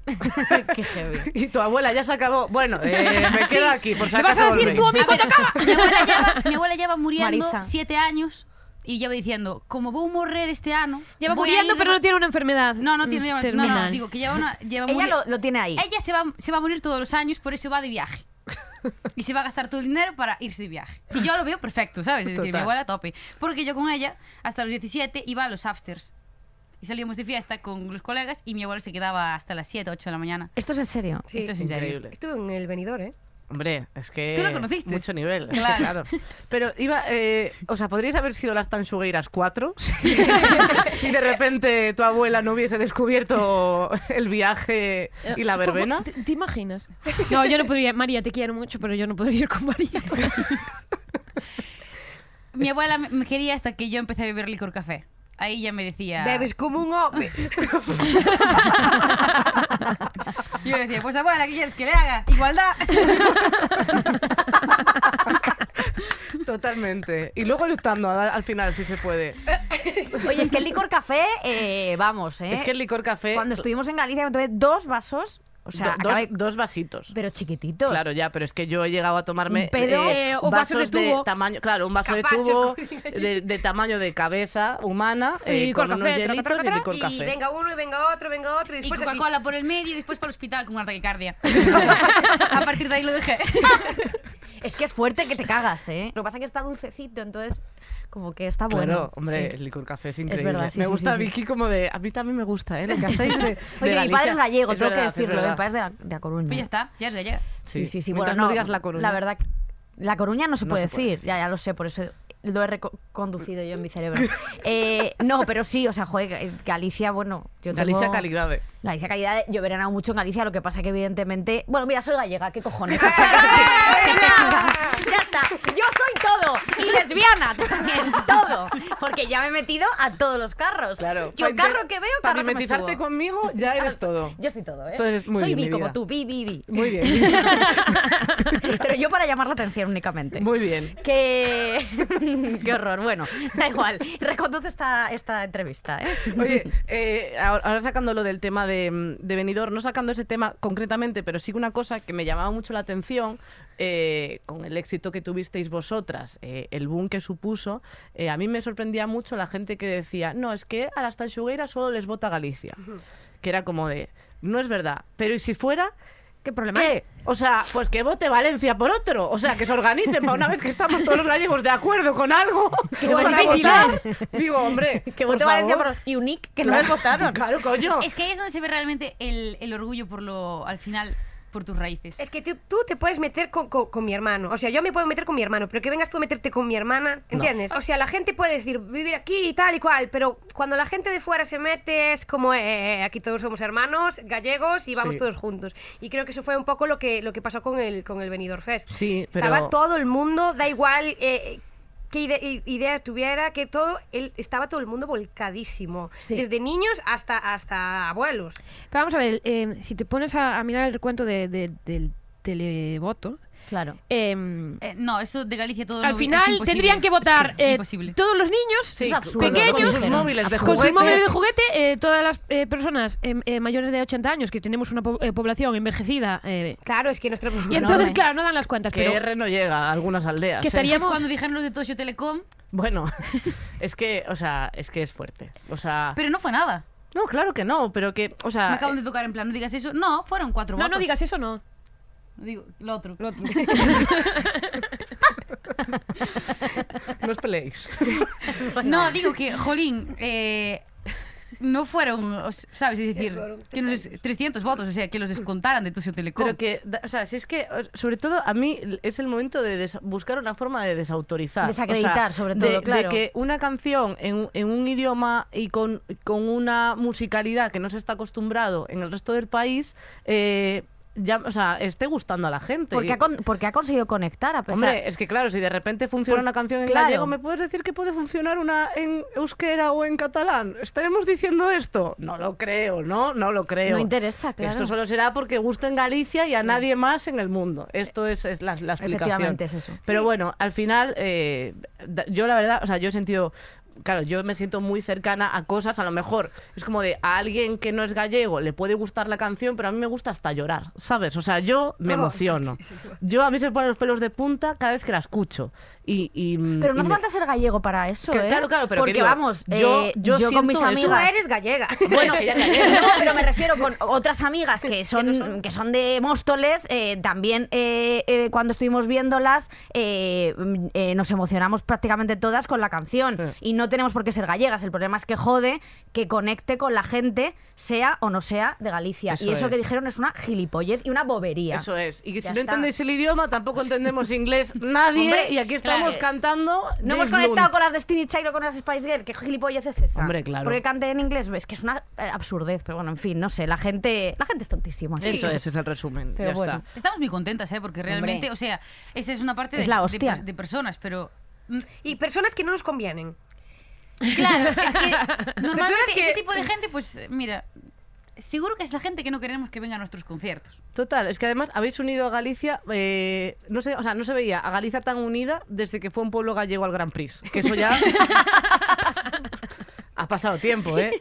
B: Qué heavy.
C: Y tu abuela ya se acabó. Bueno, eh, me quedo aquí, por si
D: ¿Le vas
C: acaso
D: a decir
C: volvéis.
D: tú a mi cuando acaba?
G: mi, abuela lleva, mi abuela lleva muriendo
B: Marisa.
G: siete años y lleva diciendo, como voy a morrer este año...
D: Lleva
G: voy a
D: muriendo,
G: ir de
D: pero
G: va-
D: no tiene una enfermedad.
G: No, no tiene...
D: mm,
G: no, No,
D: terminal.
G: digo que lleva una... Lleva
B: Ella
G: muri-
B: lo, lo tiene ahí.
G: Ella se va, se va a morir todos los años, por eso va de viaje. Y se va a gastar todo el dinero para irse de viaje. Y yo lo veo perfecto, ¿sabes? Es decir, mi
C: Total.
G: abuela a tope. Porque yo con ella, hasta los 17, iba a los afters. Y salíamos de fiesta con los colegas y mi abuela se quedaba hasta las 7, 8 de la mañana.
B: Esto es en serio.
F: Sí.
G: Esto es increíble.
C: Increíble.
F: Estuve en el venidor, ¿eh?
C: Hombre, es que.
G: Tú la conociste.
C: Mucho nivel. es que Claro.
G: Claro.
C: Pero iba. Eh, o sea, podríais haber sido las Tanchugueiras 4 si, si de repente tu abuela no hubiese descubierto el viaje y la verbena.
D: ¿Te, te imaginas? No, yo no podría. María, te quiero mucho, pero yo no podría ir con María.
G: Mi abuela me- me quería hasta que yo empecé a beber licor café. Ahí ya me decía.
F: Bebes como un hombre.
G: Y yo le decía, pues abuela, ¿qué quieres que le haga? Igualdad.
C: Totalmente. Y luego eructando a- al final, si se puede.
B: Oye, es que el licor café, eh, vamos, ¿eh?
C: Es que el licor café.
B: Cuando estuvimos en Galicia me tomé dos vasos, o sea,
C: do- dos,
B: acabé-
C: dos vasitos.
B: pero chiquititos.
C: Claro, ya, pero es que yo he llegado a tomarme
B: Un pedo.
D: Eh, o vasos de tubo.
C: tamaño, claro, un vaso
F: Capachos,
C: de tubo
F: como digo yo.
C: de, de tamaño de cabeza humana eh,
D: Y licor
C: con unos
D: café, tra, tra,
C: hielitos y
D: tra, tra,
C: licor
F: y
C: café.
F: venga uno y venga otro, venga otro y
G: Y
F: después así.
G: Coca-Cola por el medio y después para el hospital con una taquicardia. a partir de ahí lo dejé.
B: Es que es fuerte que te cagas, ¿eh? Lo que pasa es que está dulcecito, entonces como que está
C: Claro,
B: Ah, bueno.
C: hombre,
B: sí.
C: el licor café es increíble.
B: verdad, sí,
C: me
B: sí,
C: gusta
B: sí, sí.
C: Vicky como de. A mí también me gusta, ¿eh? Lo que hacéis de. de
B: Oye, mi
C: Galicia.
B: padre es gallego,
C: Es
B: tengo
C: verdad, es
B: que decirlo,
C: verdad.
B: mi padre es de la, de la Coruña.
G: Pues ya está, ya es de allá.
B: Sí, sí, sí.
C: Mientras
B: bueno,
C: no,
B: no,
C: digas la Coruña.
B: La verdad, que- la Coruña no se
C: No
B: puede
C: se puede
B: decir, ya, ya lo sé, por eso lo he reconducido yo en mi cerebro. Eh, no, pero sí, o sea, joder, Galicia, bueno, yo tengo...
C: Galicia calidad. eh.
B: Galicia calidad, yo he veranado mucho en Galicia, lo que pasa que evidentemente... Bueno, mira, soy gallega, ¿qué cojones? O sea, que- ya está, yo soy todo, y lesbiana también, todo, porque ya me he metido a todos los carros.
C: Claro.
B: Yo carro que veo,
C: Para
B: carro que me
C: mimetizarte
B: subo.
C: conmigo, ya eres todo.
B: Yo soy todo, ¿eh?
C: Tú eres muy
B: soy
C: bien, mi
B: vi como
C: vida.
B: tú, vi, vi, vi.
C: Muy bien.
B: Pero yo para llamar la atención únicamente.
C: Muy bien.
B: Que... Qué horror. Bueno, da igual. Reconduce esta, esta entrevista, ¿eh?
C: Oye, eh, ahora ahora sacando lo del tema de, mm, de Benidorm, no sacando ese tema concretamente, pero sí una cosa que me llamaba mucho la atención eh, con el éxito que tuvisteis vosotras, eh, el boom que supuso, eh, a mí me sorprendía mucho la gente que decía, no, es que a las tanchugueiras solo les vota Galicia. Que era como de, no es verdad, pero ¿y si fuera?
D: ¿Qué problema? hay?
C: ¿Qué? O sea, pues que vote Valencia por otro. O sea, que se organicen para una vez que estamos todos los gallegos de acuerdo con algo. para
B: difícil,
C: votar. Digo, hombre.
B: Que
C: por
B: vote Valencia
C: favor.
B: por Unique, que no
C: Claro,
B: les votaron.
C: Claro,
D: Eh,
C: coño.
G: Es que ahí es donde se ve realmente el, el orgullo por lo, al final, por tus raíces.
F: Es que tú, tú te puedes meter con, con- con mi hermano. O sea, yo me puedo meter con mi hermano, pero que vengas tú a meterte con mi hermana, ¿entiendes? O sea, la gente puede decir vivir aquí y tal y cual, pero cuando la gente de fuera se mete es como eh, aquí todos somos hermanos, gallegos y vamos
C: Sí.
F: todos juntos. Y creo que eso fue un poco lo que, lo que pasó con el, con el Benidorm Fest.
C: Sí, pero...
F: Estaba todo el mundo, da igual eh, qué ide- i- idea tuviera, que todo, él, estaba todo el mundo volcadísimo.
B: Sí.
F: Desde niños hasta, hasta abuelos.
D: Pero vamos a ver, eh, si te pones a, a mirar el recuento de- de- del televoto,
B: Claro.
D: eh,
G: Eh, no, eso de Galicia todo
D: al
G: lo vi- es
D: final
G: imposible.
D: tendrían que
G: Es
D: votar eh,
G: imposible.
D: todos los niños
C: Sí,
B: Es absurdo.
C: con-
D: Pequeños.
C: Con sus móviles de
D: con
C: juguete.
D: su móvil de juguete eh, todas las eh, personas eh, eh, mayores de 80 años que tenemos una po- eh, población envejecida. eh,
F: Claro, es que nuestro...
D: y entonces,
G: eh,
B: Enorme.
D: claro, no dan las cuentas,
C: Que
D: pero
C: R no llega a algunas aldeas.
D: Que
C: ¿eh?
D: estaría-
G: Es cuando dijeron los de Tocho Telecom,
C: Bueno, es que, o sea, es que es fuerte. O sea...
G: pero no fue nada.
C: No, claro que no, pero que, o sea...
G: Me acaban de tocar en plan, no digas eso. No, fueron cuatro
D: Ah, eh. no,
G: votos.
D: no digas eso, no.
G: Digo, lo otro.
C: eh, No os peleéis.
G: No, digo que, jolín, eh, no fueron, o s- ¿sabes? Es decir, que nos, 300 votos, o sea, que los descontaran de Tocio Telecom.
C: Pero que, da- o sea, si es que, o- sobre todo, a mí es el momento de des- buscar una forma de desautorizar.
B: Desacreditar,
C: O sea,
B: sobre
C: de-
B: todo,
C: de
B: claro.
C: que una canción en, un- en un idioma y con, con una musicalidad que no se está acostumbrado en el resto del país, eh, ya, o sea, esté gustando a la gente.
B: Porque
C: Y-
B: ha, con- porque ha conseguido conectar a pesar.
C: Hombre, es que claro, si de repente funciona
B: Por-
C: una canción en
B: claro.
C: gallego, ¿me puedes decir que puede funcionar una en euskera o en catalán? ¿Estaremos diciendo esto? No lo creo, ¿no? No lo creo.
B: no interesa, claro.
C: Esto solo será porque gusta en Galicia y a nadie más en el mundo. Esto es, es la, la explicación.
B: Efectivamente es eso.
C: Pero bueno, al final, eh, da- yo la verdad, o sea, yo he sentido. Claro, yo me siento muy cercana a cosas, a lo mejor es como de a alguien que no es gallego le puede gustar la canción, pero a mí me gusta hasta llorar, ¿sabes? O sea, yo
B: Oh,
C: me emociono. Yo a mí se me ponen los pelos de punta cada vez que la escucho. Y, y-
B: Pero no
C: Mm,
B: hace
C: y me-
B: falta ser gallego para eso,
C: Que-
B: ¿eh?
C: claro, claro, pero que
B: Porque
C: digo,
B: vamos,
C: yo-
B: eh, yo,
C: yo siento
B: con mis
C: eso.
F: Tú
B: amigas.
F: eres gallega.
C: Bueno, que ya-
B: No, pero me refiero con otras amigas que son, que son de Móstoles, eh, también eh, eh, cuando estuvimos viéndolas eh, mm, eh, nos emocionamos prácticamente todas con la canción
C: Sí.
B: y no tenemos por qué ser gallegas, el problema es que jode que conecte con la gente, sea o no sea de Galicia.
C: Eso
B: y eso que
C: es.
B: dijeron es una gilipollez y una bobería.
C: Eso es. Y que si
B: Ya
C: no
B: está.
C: entendéis el idioma, tampoco entendemos inglés nadie.
B: Hombre,
C: y aquí estamos
B: claro.
C: cantando.
B: No hemos
C: James
B: conectado
C: Blunt.
B: con las Destiny Child o con las Spice Girl. ¿Qué gilipollez es esa?
C: Hombre, claro.
B: Porque cante en inglés, ves que es una eh, absurdez. Pero bueno, en fin, no sé. La gente, la gente es tontísima.
C: Eso es, es el resumen.
B: Pero
C: ya
B: bueno.
C: está.
G: Estamos muy contentas, ¿eh? Porque realmente,
B: Hombre.
G: o sea, esa es una parte de,
B: Es la
G: de
B: hostia.
G: per- de personas, pero... mm,
F: Y personas que no nos convienen.
G: Claro, es que normalmente
F: que-
G: ese tipo de gente, pues eh, mira, seguro que es la gente que no queremos que venga a nuestros conciertos.
C: Total, es que además habéis unido a Galicia, eh, no sé, o sea, no se veía a Galicia tan unida desde que fue un pueblo gallego al Gran Prix. Que eso ya ha pasado tiempo, ¿eh?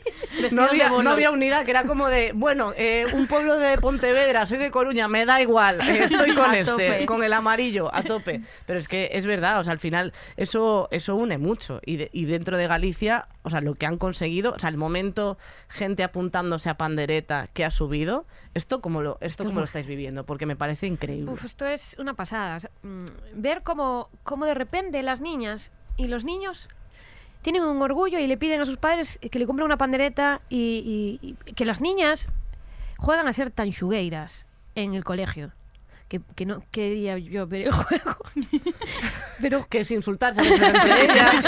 C: No había, no había unidad, que era como de, bueno, eh, un pueblo de Pontevedra, soy de Coruña, me da igual, eh, estoy con
B: A
C: este,
B: tope.
C: con el amarillo, a tope. Pero es que es verdad, o sea, al final eso, eso une mucho. Y, de- y dentro de Galicia, o sea, lo que han conseguido, o sea, el momento gente apuntándose a pandereta que ha subido, esto como lo, esto como lo estáis viviendo, porque me parece increíble.
D: Uf, esto es una pasada. O sea, mm, ver cómo, cómo de repente las niñas y los niños tienen un orgullo y le piden a sus padres que le compren una pandereta y, y- y que las niñas juegan a ser tanchugueiras en el colegio. Que, que no quería yo ver el juego. Pero
C: que es insultarse entre ellas.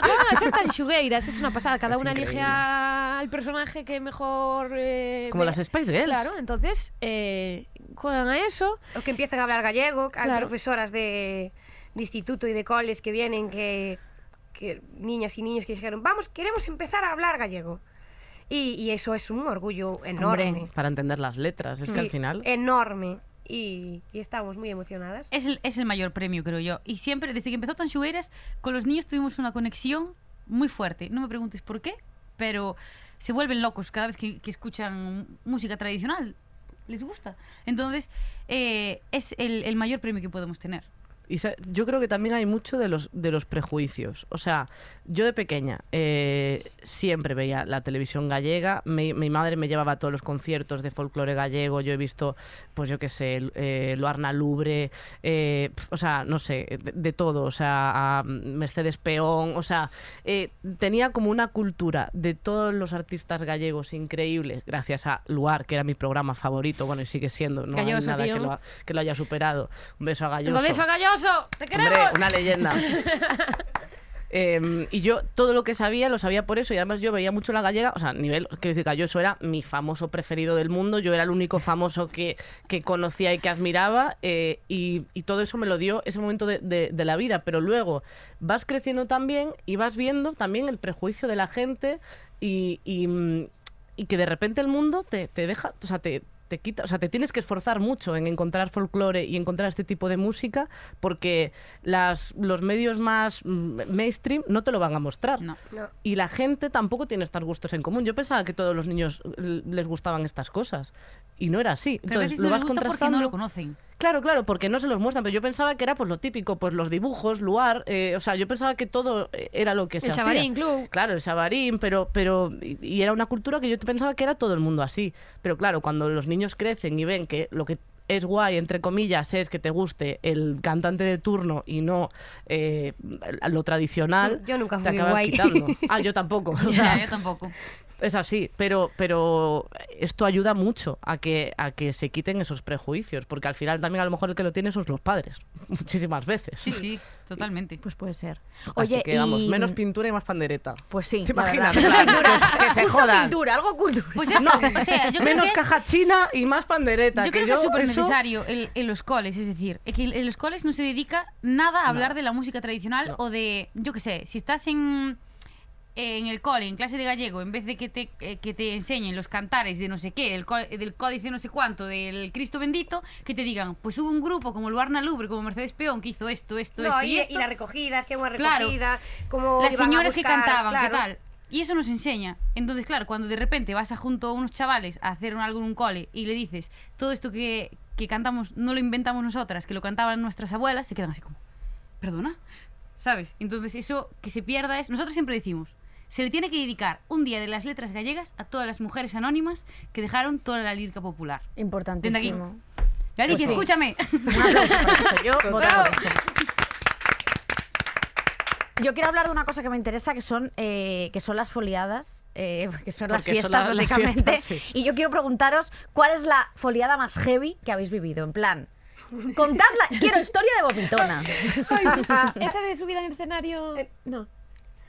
D: juegan a ser tanchugueiras, es una pasada. Cada
C: Es
D: una elige
C: increíble.
D: a- al personaje que mejor... eh,
C: Como
D: ve-
C: las Spice Girls.
D: Claro, entonces eh, juegan a eso.
F: O que empiezan a hablar gallego, hay
D: Claro.
F: profesoras de, de instituto y de coles que vienen, que, que niñas y niños que dijeron, vamos, queremos empezar a hablar gallego. Y, y eso es un orgullo enorme.
C: Para entender las letras, es
F: Sí,
C: que al final.
F: Enorme. Y, y estamos muy emocionadas.
G: Es el, es el mayor premio, creo yo. Y siempre, desde que empezó Tanchugueiras, con los niños tuvimos una conexión muy fuerte. No me preguntes por qué, pero se vuelven locos cada vez que, que escuchan música tradicional. Les gusta. Entonces, eh, es el, el mayor premio que podemos tener.
C: Y sa- yo creo que también hay mucho de los, de los prejuicios. O sea, yo de pequeña eh, siempre veía la televisión gallega. Mi, mi madre me llevaba a todos los conciertos de folclore gallego. Yo he visto, pues yo qué sé, el- eh, Luarna Lubre, eh, pf, o sea, no sé, de, de todo. O sea, a Mercedes Peón. O sea, eh, tenía como una cultura de todos los artistas gallegos increíbles, gracias a Luar, que era mi programa favorito. Bueno, y sigue siendo. No hay
D: Galloso,
C: nada que
D: tío.
C: lo, ha- que lo haya superado. Un beso a Galloso.
D: ¡Un beso a Galloso! ¡Te queremos!
C: Hombre, una leyenda. Em, y yo todo lo que sabía lo sabía por eso y además yo veía mucho la gallega, o sea, a nivel, quiero decir que yo eso era mi famoso preferido del mundo, yo era el único famoso que, que conocía y que admiraba eh, y, y todo eso me lo dio ese momento de, de- de la vida, pero luego vas creciendo también y vas viendo también el prejuicio de la gente y, y, mm, y que de repente el mundo te, te deja, o sea, te, te quita, o sea, te tienes que esforzar mucho en encontrar folclore y encontrar este tipo de música porque las, los medios más mm, mainstream no te lo van a mostrar.
G: No.
F: No.
C: Y la gente tampoco tiene estos gustos en común. Yo pensaba que todos los niños l- les gustaban estas cosas. Y no era así.
G: Pero a
C: Entonces
G: veces
C: lo
G: no
C: vas
G: les gusta porque
C: contrastando.
G: no lo conocen.
C: Claro, claro, porque no se los muestran. Pero yo pensaba que era pues lo típico, pues los dibujos, luar. eh, o sea, yo pensaba que todo eh, era lo que se
D: El
C: hacía.
D: Sabarín Club.
C: Claro, el sabarín, pero, pero y, y era una cultura que yo te pensaba que era todo el mundo así. Pero claro, cuando los niños crecen y ven que lo que es guay, entre comillas, es que te guste el cantante de turno y no eh, lo tradicional.
F: Yo nunca
C: te
F: fui
C: acabas
F: guay.
C: quitando. Ah, yo tampoco. O sea,
G: yo tampoco.
C: es así, pero, pero esto ayuda mucho a que, a que se quiten esos prejuicios, porque al final también a lo mejor el que lo tiene son los padres, muchísimas veces.
G: Sí, sí, totalmente.
B: Pues puede ser.
C: Oye,
B: Oye,
C: Así que vamos,
B: y-
C: menos pintura y más pandereta.
B: Pues sí.
C: ¿Te
B: la
C: imaginas?
B: verdad.
C: En plan, que, que se
B: Justo
C: jodan.
B: pintura, algo cultura.
G: Pues eso, o sea, yo creo
C: menos
G: que es-
C: caja china y más pandereta.
G: Yo creo que es súper
C: eso-
G: necesario el- en los coles, es decir, es que en los coles no se dedica nada a hablar de la música tradicional o de, yo qué sé, si estás en, en el cole, en clase de gallego, en vez de que te, eh, que te enseñen los cantares de no sé qué, del, co- del códice no sé cuánto, del Cristo bendito, que te digan, pues hubo un grupo como el Barna Lubre, como Mercedes Peón, que hizo esto, esto,
F: No,
G: esto
F: y,
G: y,
F: y
G: esto.
F: las recogidas, qué buena
G: Claro.
F: recogida, cómo
G: las
F: iban a
G: señoras que
F: buscar,
G: cantaban,
F: claro.
G: ¿qué tal? Y eso nos enseña. Entonces, claro, cuando de repente vas a junto a unos chavales a hacer un, algo en un cole y le dices, todo esto que, que cantamos no lo inventamos nosotras, que lo cantaban nuestras abuelas, se quedan así como, ¿perdona? ¿Sabes? Entonces, eso que se pierda es. Nosotros siempre decimos, se le tiene que dedicar un día de las letras gallegas a todas las mujeres anónimas que dejaron toda la lírica popular.
B: Importantísimo.
G: Galicia,
B: Pues sí.
G: escúchame.
B: Un aplauso para eso. Yo voto por eso. Yo quiero hablar de una cosa que me interesa, que son, eh, que son las foliadas, eh, que son las
C: Porque
B: fiestas,
C: son la- las
B: básicamente.
C: fiestas, sí.
B: Y yo quiero preguntaros cuál es la foliada más heavy que habéis vivido, en plan. Contadla, quiero historia de vomitona.
D: Esa de subida en el escenario.
F: Eh,
D: No.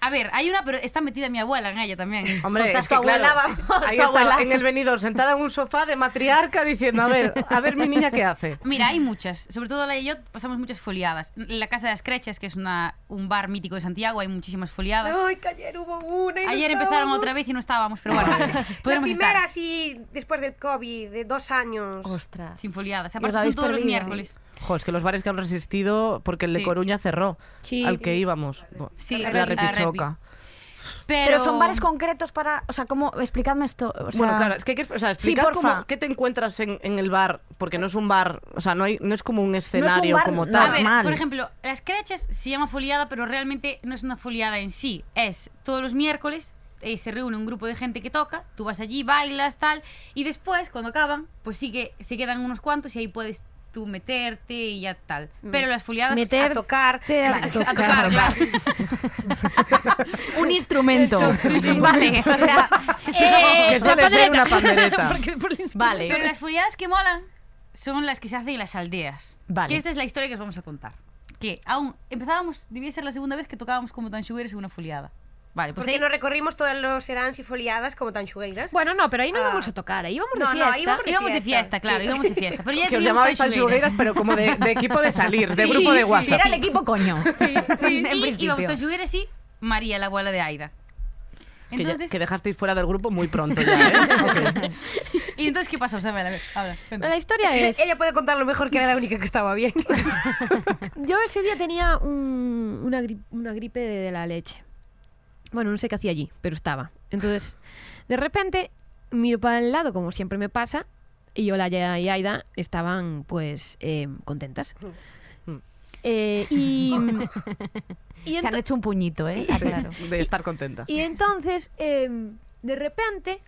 G: A ver, hay una, pero está metida mi abuela en ella también.
C: Hombre,
B: Pues estás
C: es que,
B: tu abuela,
C: claro,
B: vamos,
C: ahí
B: tu
C: estaba
B: abuela.
C: en el venidor, sentada en un sofá de matriarca diciendo, a ver, a ver mi niña qué hace.
G: Mira, hay muchas. Sobre todo la y yo pasamos muchas foliadas. En la Casa de las Crechas, que es una, un bar mítico de Santiago, hay muchísimas foliadas.
F: Ay, que ayer hubo una y no
G: Ayer empezaron
F: estábamos.
G: otra vez y no estábamos, pero bueno,
F: La
G: podremos
F: primera
G: estar
F: así, después del COVID, de dos años.
B: Ostras.
G: sin foliadas.
B: os
G: Aparte
B: la
G: son
B: habéis
G: todos los
B: perdido.
G: miércoles.
C: Jo, es que los bares que han resistido, porque el de
G: Sí.
C: Coruña cerró,
D: Sí.
C: al que íbamos. Bo-
G: Sí,
C: la
G: la Repi.
C: repichoca.
G: Pero,
B: Pero son bares concretos para. O sea, ¿cómo? Explicadme esto. o sea-
C: Bueno, claro, es que hay que o sea,
B: Sí,
C: explicar
B: porfa.
C: cómo- qué te encuentras en, en el bar, porque no es un bar, o sea, no, hay, no es como un escenario
B: bar
C: como
G: A
C: tal.
G: ver,
B: normal.
G: por ejemplo, las crechas se llama foliada, pero realmente no es una foliada en sí. Es todos los miércoles eh, se reúne un grupo de gente que toca, tú vas allí, bailas, tal, y después, cuando acaban, pues sí que se quedan unos cuantos y ahí puedes tú meterte y ya tal.
F: Mm.
G: Pero las foliadas...
D: Meter.
F: A tocar.
G: Pues
D: te- a
G: A
D: tocar.
G: tocar, claro.
B: un instrumento. vale. o sea, eh,
C: que suele ser una pandereta.
D: Porque por el instrumento.
B: vale.
G: Pero las foliadas que molan son las que se hacen en las aldeas.
B: Vale.
G: Que esta es la historia que os vamos a contar. Que aún empezábamos, debía ser la segunda vez que tocábamos como tan en una foliada. Vale, pues
F: Porque
G: ahí-
F: nos recorrimos todos los serans y foliadas como tanchugueiras.
D: Bueno, no, pero ahí no
F: Ah.
D: íbamos a tocar, ahí íbamos de
F: No, no,
D: fiesta.
F: íbamos
G: íbamos de fiesta,
F: fiesta,
G: claro,
F: sí.
G: íbamos de fiesta. Pero
C: Que
G: ya
C: os
G: teníamos
C: llamabais
G: tanchugueiras.
C: tanchugueiras, pero como de, de equipo de salir, de
G: Sí,
C: grupo de
G: sí,
C: WhatsApp.
B: Era el equipo coño. en
G: Y íbamos
B: principio.
G: tanchugueiras y María, la abuela de Aida.
C: Que, ya-
G: Entonces,
C: que dejasteis fuera del grupo muy pronto ya, ¿eh? Ok.
G: ¿Y entonces qué pasó? Isabel? A ver, habla, cuenta.
D: La historia es...
F: Ella puede contar lo mejor que era la única que estaba bien.
D: Yo ese día tenía un- una, gri- una gripe de, de la leche. Bueno, no sé qué hacía allí, pero estaba. Entonces, de repente, miro para el lado, como siempre me pasa, y Ola y y Aida estaban, pues, eh, contentas. Eh, y, y,
B: Se han
D: ento-
B: hecho un puñito, ¿eh? Ah, claro.
C: De estar contenta.
D: y entonces, eh, de repente,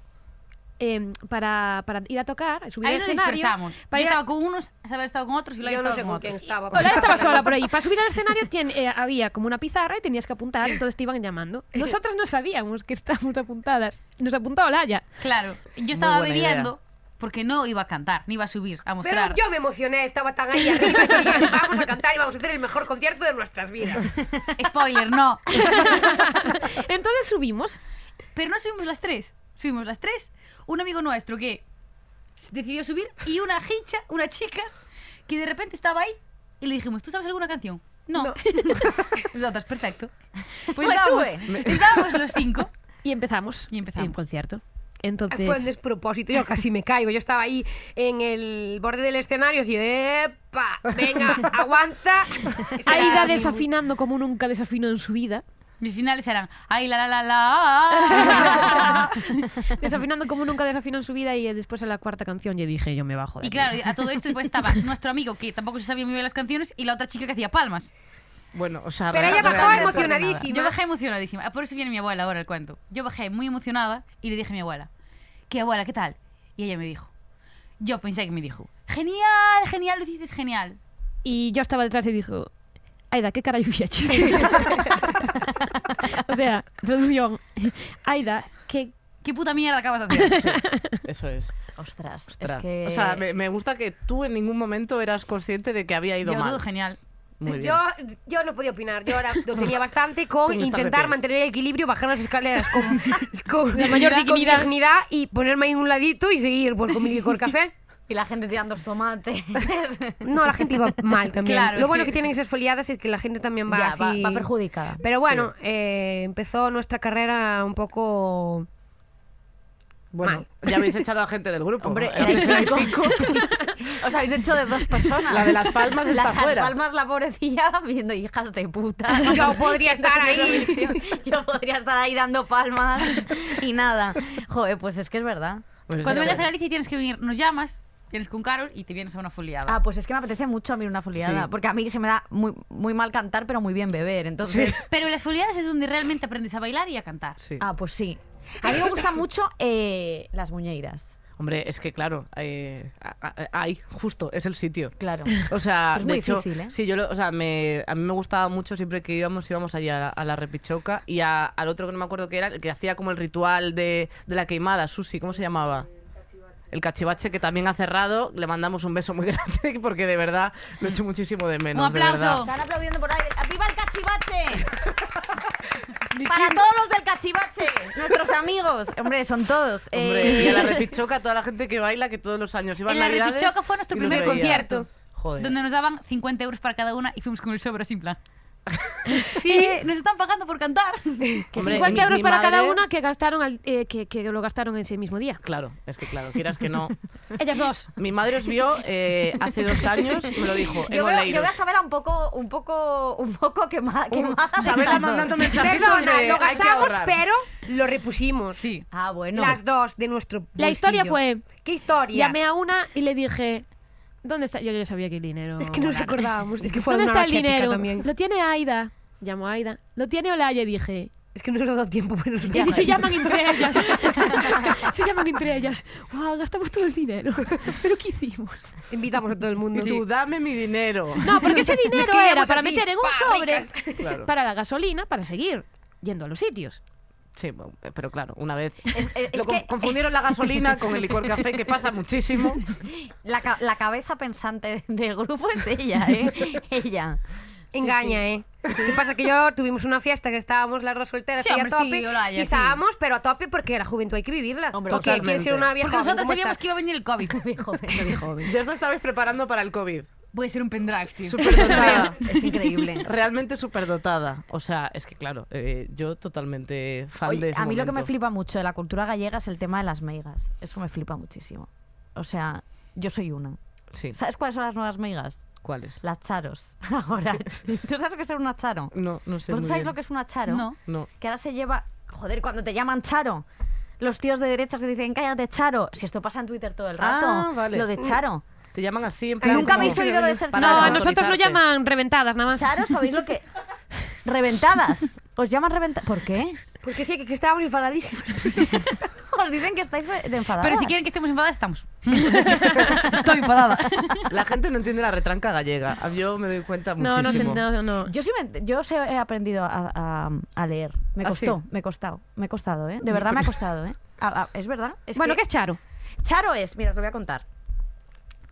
D: eh, para, para ir a tocar, subir
G: Ahí
D: al
G: nos
D: escenario...
G: dispersamos. Yo
D: para ir a-
G: estaba con unos, Isabel estaba con otros y la
F: Yo no
G: estaba
F: sé
G: con
F: con quién
G: otros.
F: estaba.
D: Hola, estaba sola por ahí. Para subir al escenario tien- eh, había como una pizarra y tenías que apuntar, entonces te iban llamando. Nosotras no sabíamos que estábamos apuntadas. Nos apuntó Olaya.
G: Claro, yo estaba
C: buena idea.
G: bebiendo porque no iba a cantar, ni iba a subir, a
F: Pero
G: mostrar.
F: yo me emocioné, estaba tan ahí arriba que dije, vamos a cantar y vamos a hacer el mejor concierto de nuestras vidas.
G: Spoiler, no.
D: Entonces subimos.
G: Pero no subimos las tres. Subimos las tres. Un amigo nuestro que s- decidió subir y una hincha, una chica, que de repente estaba ahí y le dijimos, ¿tú sabes alguna canción? No. Nosotras, perfecto. Pues
B: Pues
G: estábamos,
B: sube.
G: estábamos los cinco.
D: Y empezamos.
G: Y empezamos.
D: El concierto. Entonces.
F: Fue un despropósito, yo casi me caigo. Yo estaba ahí en el borde del escenario así, ¡epa! Venga, aguanta. Esa era
D: Aida
F: mi-
D: desafinando como nunca desafinó en su vida.
G: Mis finales eran, ay, la, la, la, la.
D: Desafinando como nunca desafinó en su vida. Y eh, después en la cuarta canción yo dije, yo me bajo. de
G: Y
D: aquí.
G: claro, a todo esto después estaba nuestro amigo que tampoco se sabía muy bien las canciones y la otra chica que hacía palmas.
C: Bueno, o sea,
F: Pero ella
C: real-
F: bajó
C: realmente-
G: Yo
F: emocionadísima.
G: bajé emocionadísima. Ah, Por eso viene mi abuela ahora el cuento. Yo bajé muy emocionada y le dije a mi abuela, ¿qué abuela, qué tal? Y ella me dijo, yo pensé que me dijo, genial, genial, lo hiciste genial.
D: Y yo estaba detrás y dijo, Aida, ¿qué cara lluvia o sea, traducción. Aida, ¿qué
G: ¿Qué puta mierda acabas de hacer?
C: Sí, eso es.
B: Ostras,
C: Ostras.
B: es que...
C: O sea, me, me gusta que tú en ningún momento eras consciente de que había ido
G: Yo
C: mal.
G: todo genial.
C: Muy bien.
F: Yo, yo no podía opinar, yo ahora lo tenía bastante con
C: Tengo que estar de
F: intentar
C: pie.
F: mantener el equilibrio, bajar las escaleras con, con
G: La mayor
F: con
G: dignidad.
F: dignidad y ponerme ahí en un ladito y seguir por con mi licor café.
B: Y la gente tirando los tomates.
F: No, la gente iba mal también.
G: Claro,
F: lo
G: es
F: bueno
G: que-
F: que, tienen que ser foliadas es que la gente también va
B: Ya,
F: así.
B: va, va perjudicada.
F: Pero bueno, eh, empezó nuestra carrera un poco...
C: Bueno, ya habéis echado a gente del grupo.
B: Oh, Hombre,
C: Eh,
B: erais
C: erais
B: cinco. Os habéis hecho de dos personas.
C: La de Las Palmas
B: la
C: está
B: de
C: fuera.
B: Las Palmas, la pobrecilla, viendo hijas de puta.
F: Yo podría estar
B: Entonces,
F: ahí.
B: Eurovisión, Yo podría estar ahí dando palmas y nada. Joder, pues es que es verdad.
C: Pues espera,
G: Cuando vengas a Galicia tienes que venir, nos llamas, vienes con Carol y te vienes a una foliada.
B: Ah, pues es que me apetece mucho a mí una foliada.
C: Sí.
B: Porque a mí se me da muy, muy mal cantar, pero muy bien beber. Entonces,
G: Pero en las foliadas es donde realmente aprendes a bailar y a cantar.
C: Sí.
B: ah, pues Ah. sí. A mí me gustan mucho eh, las muñeiras.
C: Hombre, es que claro, eh, a- a- ahí, justo, es el sitio.
B: Claro.
C: O
B: Pero
C: sea,
B: es
C: de
B: muy
C: hecho,
B: difícil, ¿eh?
C: sí, yo lo- o sea, me, a mí me gustaba mucho siempre que íbamos, íbamos allí a, la- a la repichoca y a- al otro que no me acuerdo que era, el que hacía como el ritual de, de la queimada, Susi, ¿cómo se llamaba? El cachivache que también ha cerrado, le mandamos un beso muy grande porque de verdad lo echo muchísimo de menos.
G: Un
C: de
G: aplauso.
B: Están aplaudiendo por ahí. ¡Viva el cachivache! Para todos los del cachivache, nuestros amigos. Hombre, son todos.
C: Hombre,
B: Eh,
C: y a la repichoca, toda la gente que baila, que todos los años iba
G: En la
C: Navidades
G: Repichoca fue nuestro
C: y nos
G: primer
C: veía.
G: concierto.
C: Joder.
G: Donde nos daban 50 euros para cada una y fuimos con el sobre así en plan.
F: Sí.
G: Eh, nos están pagando por cantar.
C: Hombre,
D: 50
C: mi-
D: euros
C: mi
D: para cada
C: madre-
D: una que gastaron al- eh, que, que lo gastaron ese mismo día.
C: Claro, es que claro, quieras que no.
D: Ellas dos.
C: Mi madre os vio eh, hace dos años y me lo dijo. en
B: yo, veo, yo
C: Oleiros.
B: veo a Jabela un poco, un poco, un poco quemada. quemada de
C: Sabela
B: estas
C: mandando
B: dos.
C: mensajitos
F: Perdona,
C: de,
F: lo
C: "Hay que
F: gastamos,
C: ahorrar".
F: pero lo repusimos.
G: Sí.
B: Ah, bueno.
F: Las dos de nuestro
D: La historia
F: bolsillo.
D: fue,
F: ¿Qué historia?
D: llamé a una y le dije, ¿dónde está? Yo ya sabía que el dinero...
F: Es que nos
D: volaba.
F: recordábamos. Es que fue
D: ¿Dónde
F: una
D: está el
F: noche épica
D: dinero?
F: también.
D: Lo tiene Aida. Llamó a Aida. Lo tiene Olaya y dije.
F: Es que no nos ha dado tiempo, pero nos
D: Y si
F: llaman.
D: se llaman entre ellas. se llaman entre ellas. Wow, gastamos todo el dinero. ¿Pero qué hicimos?
F: Invitamos a todo el mundo.
C: Tú dame mi dinero.
D: No, porque ese dinero
F: que
D: era
F: íbamos
D: para
F: así,
D: meter en un
F: pa,
D: sobre
F: ricas.
C: Claro.
D: para la gasolina para seguir yendo a los sitios.
C: Sí, bueno, pero claro, una vez.
B: Es- es-
C: Lo
B: es
C: con-
B: que- eh,
C: confundieron la gasolina con el licor café, que pasa muchísimo.
B: La, ca- la cabeza pensante del grupo es ella, ¿eh? Ella.
F: Engaña, ¿eh? ¿Qué pasa? Que yo tuvimos una fiesta que estábamos las dos solteras
G: Sí,
F: y a
G: hombre,
F: tope.
G: sí, Olaya,
F: y estábamos, pero a tope porque la juventud hay que vivirla.
B: Hombre,
F: porque
C: totalmente.
F: quiere ser una vieja
G: Porque
F: joven,
G: nosotros
F: ¿cómo
G: sabíamos
F: estás?
G: que iba a venir el COVID.
C: Ya os estabais preparando para el COVID.
G: Puede ser un pendrive, tío.
C: Superdotada.
B: Es increíble.
C: Realmente superdotada. O sea, es que claro, eh, yo totalmente fan
B: Oye,
C: de ese
B: a mí lo que me
C: momento.
B: flipa mucho de la cultura gallega es el tema de las meigas. Eso me flipa muchísimo. O sea, yo soy una.
C: Sí,
B: ¿Sabes cuáles son las nuevas meigas?
C: ¿cuál es?
B: Las charos. Ahora. ¿Tú sabes lo que es ser una charo?
C: No, no sé.
B: ¿Vosotros
C: muy
B: sabéis
C: bien.
B: lo que es una charo?
G: No.
C: No.
B: Que ahora se lleva. Joder, cuando te llaman charo. Los tíos de derechas te dicen, cállate, charo. Si esto pasa en Twitter todo el rato.
C: Ah, vale.
B: Lo de charo.
C: Te llaman así en plan.
B: Nunca
C: como-
B: habéis oído lo de ser
C: Para
D: No, a
B: charo.
D: nosotros lo
C: autorizarte.
D: llaman reventadas nada más.
B: Charo, ¿sabéis lo que.? Reventadas. Os llaman reventadas. ¿Por qué?
F: Porque sí, que, que estábamos enfadadísimos.
B: Os dicen que estáis de de enfadadas.
G: Pero si quieren que estemos enfadadas, estamos.
B: Estoy enfadada.
C: La gente no entiende la retranca gallega. Ah, Yo me doy cuenta
D: No,
C: muchísimo.
D: no, sé- no, no, no.
B: Yo sí me, yo sí he aprendido a, a- a leer. Me
C: ¿Ah,
B: costó,
C: sí?
B: me costado, me ha costado, ¿eh? De verdad me ha costado, ¿eh? Ah, ah, es verdad. Es
D: bueno, ¿qué
B: que
D: es Charo?
B: Charo es, mira, os lo voy a contar.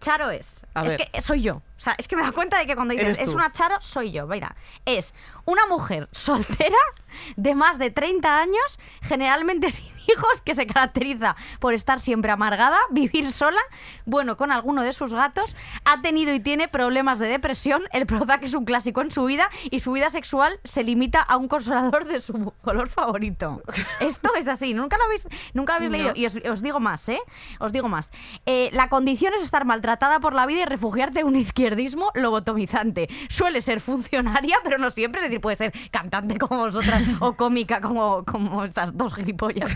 B: Charo es.
C: A
B: es
C: ver.
B: que soy yo. O sea, es que me da cuenta de que cuando dices
C: Eres
B: es
C: tú.
B: una Charo, soy yo. Mira, es una mujer soltera de más de 30 años, generalmente sin hijos, que se caracteriza por estar siempre amargada, vivir sola, bueno, con alguno de sus gatos, ha tenido y tiene problemas de depresión, el Prozac es un clásico en su vida y su vida sexual se limita a un consolador de su color favorito. Esto es así, nunca lo habéis, nunca lo habéis leído. Y os, os digo más, ¿eh? Os digo más. Eh, la condición es estar maltratada por la vida y refugiarte en un izquierdismo lobotomizante. Suele ser funcionaria, pero no siempre. Es decir, puede ser cantante como vosotras o cómica como, como estas dos gilipollas.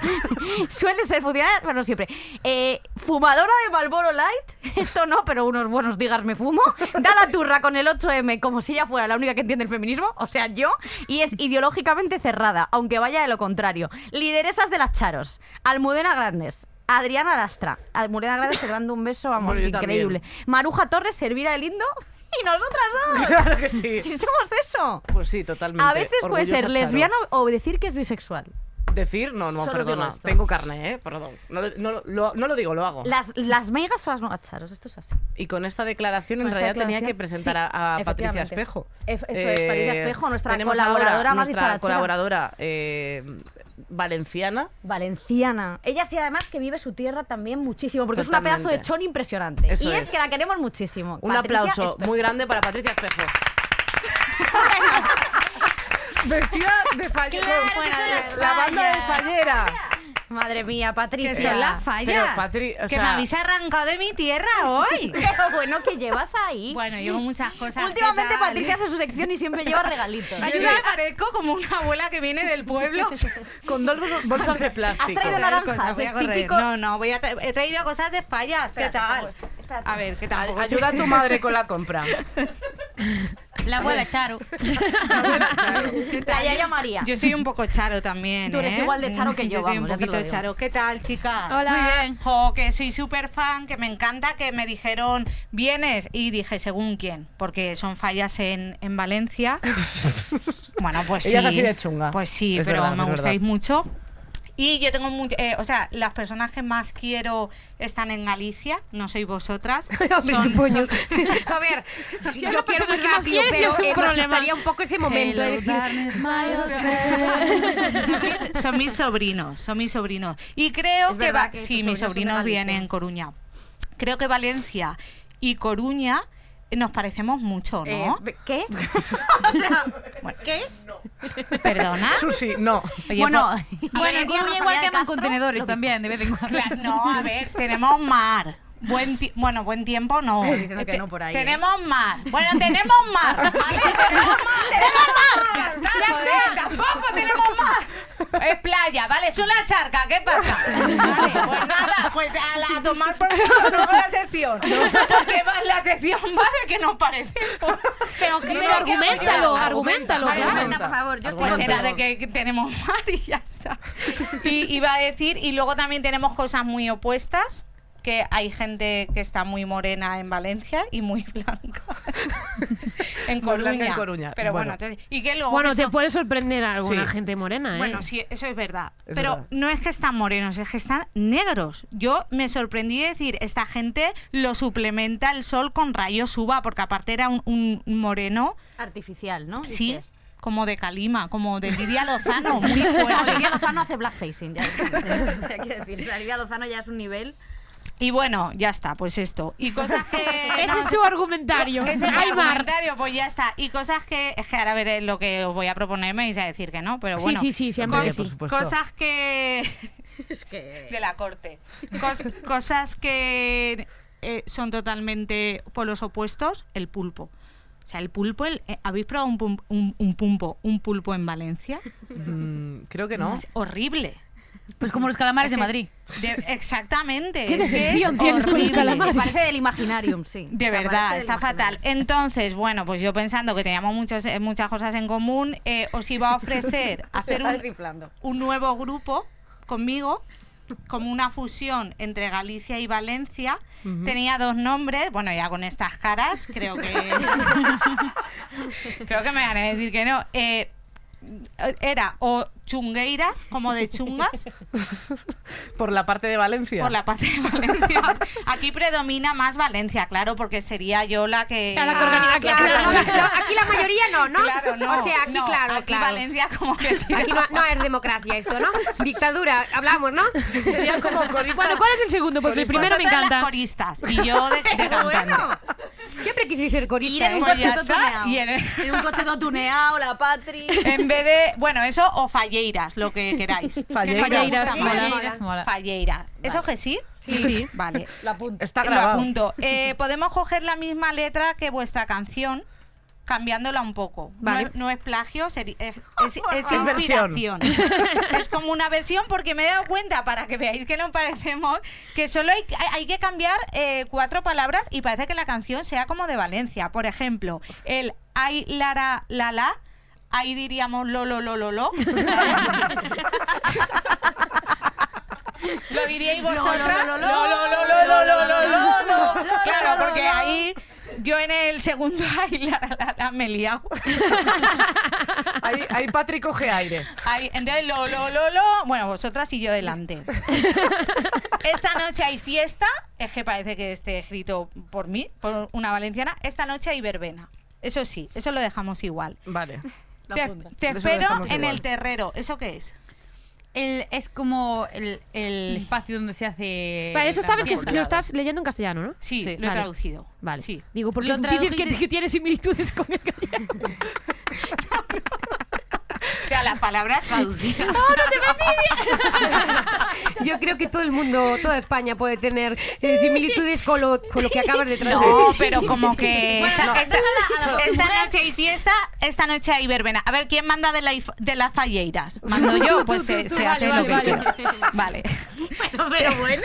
B: Suele ser funcionaria, pero no siempre. Eh, fumadora de Marlboro Light. Esto no, pero unos buenos digas me fumo. Da la turra con el 8M como si ella fuera la única que entiende el feminismo, o sea, yo. Y es ideológicamente cerrada, aunque vaya de lo contrario. Lideresas de las Charos. Almudena Grandes. Adriana Lastra. Almudena Grandes te mando un beso, vamos,
C: Hombre, yo
B: increíble. Maruja Torres, Elvira Lindo y nosotras
C: Claro que sí.
B: dos. Si somos eso.
C: Pues sí, totalmente.
B: A veces puede
C: Orgullosa
B: ser
C: Charo.
B: lesbiana o decir que es bisexual.
C: decir, no, no,
B: Solo digo
C: perdona.
B: esto.
C: Tengo carne, ¿eh? Perdón. No lo, no lo- lo- no lo digo, lo hago.
B: Las, las meigas o las nogacharos, esto es así.
C: Y con esta declaración,
B: Con
C: en
B: esta
C: realidad, tenía
B: declaración,
C: que presentar
B: sí,
C: a, a Patricia
B: efectivamente.
C: Espejo. Eh,
B: Ef- eso es, Patricia Espejo, nuestra
C: tenemos
B: colaboradora
C: ahora
B: más
C: Nuestra
B: dicharachera.
C: colaboradora eh, valenciana.
B: Valenciana. Ella sí, además, que vive su tierra también muchísimo, porque es una pedazo de
C: Totalmente.
B: chon impresionante.
C: Eso
B: y es.
C: es.
B: que la queremos muchísimo.
C: Un
B: Patricia
C: aplauso
B: Espejo.
C: muy grande para Patricia Espejo. Vestida de fallera.
G: Claro que son las
C: la banda de
G: fallas.
C: fallera.
B: Madre mía, Patricia.
H: Que son las fallas.
C: Pero, Patri, o
H: que
C: sea-
H: me habéis arrancado de mi tierra hoy.
B: Pero bueno, que llevas ahí.
G: Bueno, llevo muchas cosas.
B: Últimamente
H: ¿qué tal?
B: Patricia hace su sección y siempre lleva regalitos.
H: Ayuda, parezco como una abuela que viene del pueblo.
C: Con dos bol- bolsas de plástico.
B: traído
H: Traer
B: naranjas,
H: cosas, voy a
B: es
H: correr.
B: típico.
H: No, no, voy a tra- he traído cosas de fallas. ¿Qué
B: Espérate,
H: tal?
B: tampoco es- espérate.
H: A ver, ¿qué tal?
C: Ayuda a tu madre con la compra.
G: La abuela Charo.
B: La Yaya María.
H: Yo soy un poco charo también.
B: Tú eres
H: ¿eh?
B: igual de charo que yo,
H: Yo soy un
B: vamos, ya te lo
H: poquito
B: digo.
H: charo. ¿Qué tal, chica?
D: Hola.
G: Muy bien.
H: Jo, que soy súper fan, que me encanta, que me dijeron, vienes, y dije, según quién, porque son fallas en, en Valencia. bueno, pues
C: Ella es
H: sí.
C: así de chunga.
H: Pues sí,
C: Es
H: pero
C: verdad,
H: me
C: es
H: gustáis
C: verdad.
H: mucho. Y yo tengo mucho, eh, o sea, las personas que más quiero están en Galicia, no sois vosotras.
F: Hombre,
H: Son-
F: supongo.
H: son-
F: A ver,
D: es
F: yo
D: la
F: quiero
D: persona
F: muy
D: que más
F: rápido,
D: quieres,
F: pero
D: es un
F: eh, me
D: problema.
F: asustaría un poco ese momento. de
G: Hello,
F: decir,
G: darkness, my old
H: son, mis, son mis sobrinos, son mis sobrinos. Y creo
B: Es
H: que,
B: verdad
H: va-
B: que tus
H: sí,
B: sobrinos
H: mis
B: son de
H: sobrinos
B: Galicia.
H: vienen en Coruña. Creo que Valencia y Coruña nos parecemos mucho,
B: Eh,
H: ¿no?
B: ¿Qué?
H: Bueno, ¿Qué? Perdona.
C: Sushi, no.
H: Oye,
G: Bueno,
H: pues- a
G: bueno,
H: ver,
G: en
H: y a
G: Coruña
H: Rosalía
G: igual
H: de
G: queman
H: Castro,
G: contenedores
H: lo mismo.
G: también, de vez en cuando.
H: Claro, no, a ver, tenemos mar. Buen ti- bueno, buen tiempo no.
B: Diciendo que
H: Te-
B: no por ahí, ¿eh?
H: Tenemos mar. Bueno, tenemos mar, ¿vale? Tenemos mar. Tenemos mar. Ya está, joder, tampoco tenemos mar. Es playa, vale, es una charca, ¿qué pasa? Vale, pues nada, pues a, la- a tomar por culo no va la sección. Porque va, la sección va de que nos parecemos.
D: Pero, que-
H: Dime
D: pero
H: lo que hago yo.
D: argumentalo, argumentalo.
C: Vale,
D: claro.
C: argumenta.
B: por favor, yo estoy
H: Pues
B: contigo.
H: era de que que tenemos mar y ya está. Y iba a decir, y luego también tenemos cosas muy opuestas, que hay gente que está muy morena en Valencia y muy blanca en
C: Muy
H: Coruña.
C: blanca en Coruña,
H: Pero bueno,
C: bueno.
H: entonces, y que luego
D: Bueno,
H: que
D: te
H: son-
D: puede sorprender a alguna
C: Sí.
D: gente morena, ¿eh?
H: bueno, sí, eso es verdad.
C: Es
H: pero
C: verdad.
H: no es que están morenos, es que están negros. Yo me sorprendí de decir, esta gente lo suplementa el sol con rayos uva, porque aparte era un- un moreno
B: Artificial, ¿no?
H: Sí,
B: Dices.
H: como de Calima, como de Lidia Lozano, muy
B: Bueno, Lidia
H: fuerte.
B: Lozano hace blackfacing, ya. o sea, quiero decir, o sea, Lidia Lozano ya es un nivel.
H: Y bueno, ya está, pues esto. Y cosas que...
D: Ese es su argumentario.
H: Ese es mi
D: Hay mar.
H: argumentario, pues ya está. Y cosas que... Es que ahora veré lo que os voy a proponer, me vais a decir que no, pero
D: Sí,
H: bueno.
D: sí, sí, siempre
C: Hombre,
D: que sí.
C: por supuesto.
H: Cosas que... De la corte. Cos- cosas que eh, son totalmente polos opuestos, el pulpo. O sea, el pulpo, el- eh, ¿habéis probado un, pum- un, un pulpo, un pulpo en Valencia?
C: Mm, creo que no.
H: Es horrible.
G: Pues como los calamares de Madrid.
H: De- exactamente.
D: ¿Qué
H: es que es
D: decepción tienes con los
H: horrible.
D: calamares?
B: Me parece del Imaginarium, sí.
H: De
B: O sea, parece
H: verdad,
B: del
H: está fatal.
B: Imaginarium.
H: Entonces, bueno, pues yo pensando que teníamos muchos, eh, muchas cosas en común, eh, os iba a ofrecer hacer
B: Está
H: un,
B: triplando.
H: un nuevo grupo conmigo, como una fusión entre Galicia y Valencia. Tenía dos nombres, bueno, ya con estas caras, creo que. creo que me van a decir que no. Eh, era o chungueiras, como de chungas,
C: Por la parte de Valencia.
H: Por la parte de Valencia. Aquí predomina más Valencia, claro, porque sería yo la que.
D: A la que organiza-
F: Ah, claro,
D: claro.
F: no, no, no, aquí la mayoría no, ¿no?
H: Claro, no.
F: O sea, aquí
H: no,
F: claro,
H: Aquí
F: claro.
H: Valencia como que. tira.
F: Aquí no, no es democracia esto, ¿no? Dictadura, hablamos, ¿no?
C: Sería como corista.
D: Bueno, ¿cuál es el segundo? Porque el primero me
H: Vosotras
D: encanta.
H: las coristas y yo de, de cantante.
F: Siempre quise ser
B: Ir
F: corista,
B: en
F: ¿eh?
B: un
H: Pues ya
B: coche todo
H: está,
B: tuneado.
H: y en el-
B: En un coche todo tuneado, la Patri.
H: En vez de, bueno, eso o falleiras, lo que queráis.
C: Falleiras.
H: Falleiras,
D: Falleiras, mola.
H: Falleira. ¿Eso que sí? Sí. Vale.
C: Está
H: Lo
C: grabado.
H: apunto. Eh, podemos coger la misma letra que vuestra canción, cambiándola un poco. No
D: Vale.
H: es- No, es plagio, seri- es, es- es
C: favor.
H: inspiración. es como una versión porque me he dado cuenta, para que veáis que no parecemos, que solo hay, hay- hay que cambiar eh, cuatro palabras y parece que la canción sea como de Valencia. Por ejemplo, el ay, lara, la, la. Ahí diríamos lo, lo, lo, lo, lo. Lo diríais vosotras.
B: No, no,
H: Lo,
B: no,
H: lo, lo, lo, lo, lo, lo, lo, lo. Claro, porque ahí yo en el segundo ay, la, la, la, me he liado.
C: Ahí, ahí Patri coge aire.
H: Ahí, entonces, lo, lo, lo, lo. Bueno, vosotras y yo delante. Esta noche hay fiesta. Es que parece que esté escrito por mí, por una valenciana. Esta noche hay verbena. Eso sí, eso lo dejamos igual.
C: Vale.
H: Te, te
C: Eso lo
H: espero
C: dejamos
H: en
C: igual.
H: el terrero. ¿Eso qué es?
G: El- es como el, el espacio donde se hace.
D: Vale, eso
G: la
D: sabes que, es-
G: fiesta.
D: que lo estás leyendo en castellano, ¿no?
H: Sí,
G: Sí,
H: lo he
G: vale.
H: traducido.
D: Vale.
H: Sí.
D: Digo, porque
G: Lo
D: tú dices que,
G: tradujiste-
D: que tiene similitudes con el gallego.
H: O sea, las palabras traducidas.
F: Yo creo que todo el mundo, toda España puede tener eh, similitudes con lo, con lo que acabas de transmitir.
H: No, pero como que
G: Bueno,
H: esta,
G: no.
H: esta-
G: Déjala a la
H: esta
G: mujer.
H: noche hay fiesta, esta noche hay verbena. A ver, ¿quién manda de, la, if- de las falleiras? Mando yo, pues se, se
G: Vale,
H: hace lo
G: vale,
H: que
G: vale.
H: quiera. Vale.
D: pero bueno.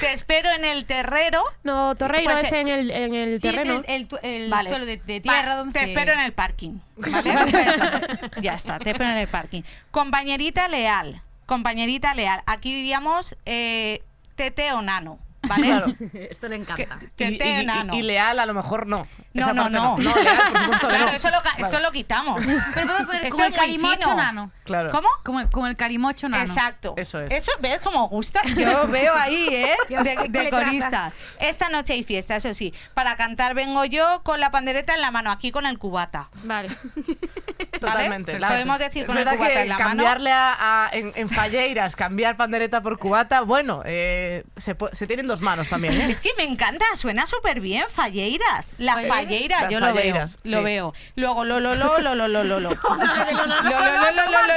H: Te espero en el terrero.
D: No, Torreiro
H: Pues,
D: es
H: eh,
D: en el, en el
G: Sí, es
D: terreno.
G: el, el tu- el
H: Vale.
G: suelo de, de
H: Va,
G: tierra donde
H: Te
G: se-
H: espero en el parking. ¿Vale? Perfecto. ya está, te espero en el parking. Compañerita leal. Compañerita leal. Aquí diríamos eh, teteo nano. ¿Vale?
B: Esto le
H: Que-
G: Ah.
B: encanta.
C: Y, y-
H: teteo
C: y-
H: nano.
C: y leal a lo mejor no.
H: No,
C: Esa
H: no,
C: parte
H: no.
C: No, leal, por supuesto que
H: Claro,
C: no.
H: eso lo, ca- esto lo quitamos.
G: Pero podemos poner
H: Esto
G: como el
H: es muy fino.
G: calimocho nano.
C: Claro.
H: ¿Cómo?
G: Como, como el calimocho nano.
H: Exacto.
C: Eso es.
H: Eso ves como gusta. Yo veo ahí, ¿eh?
F: Dios,
H: De,
F: qué coletraza.
H: de corista. Esta noche hay fiesta, eso sí. Para cantar vengo yo con la pandereta en la mano, aquí con el cubata.
D: Vale.
H: ¿vale?
C: Totalmente.
H: Podemos decir
C: Es
H: con el
C: verdad
H: cubata
C: que
H: en la mano.
C: cambiarle a, a- en, en falleiras, cambiar pandereta por cubata, bueno, eh, se, pu- se tienen dos manos también, ¿eh?
H: Es que me encanta, suena súper bien, falleiras. Las falleiras,
C: Las
H: yo
C: falleiras,
H: lo veo, lo
C: sí.
H: veo. Luego, lo, lo, lo, lo, lo, lo, lo, lo. Lo, lo, lo, lo, lo,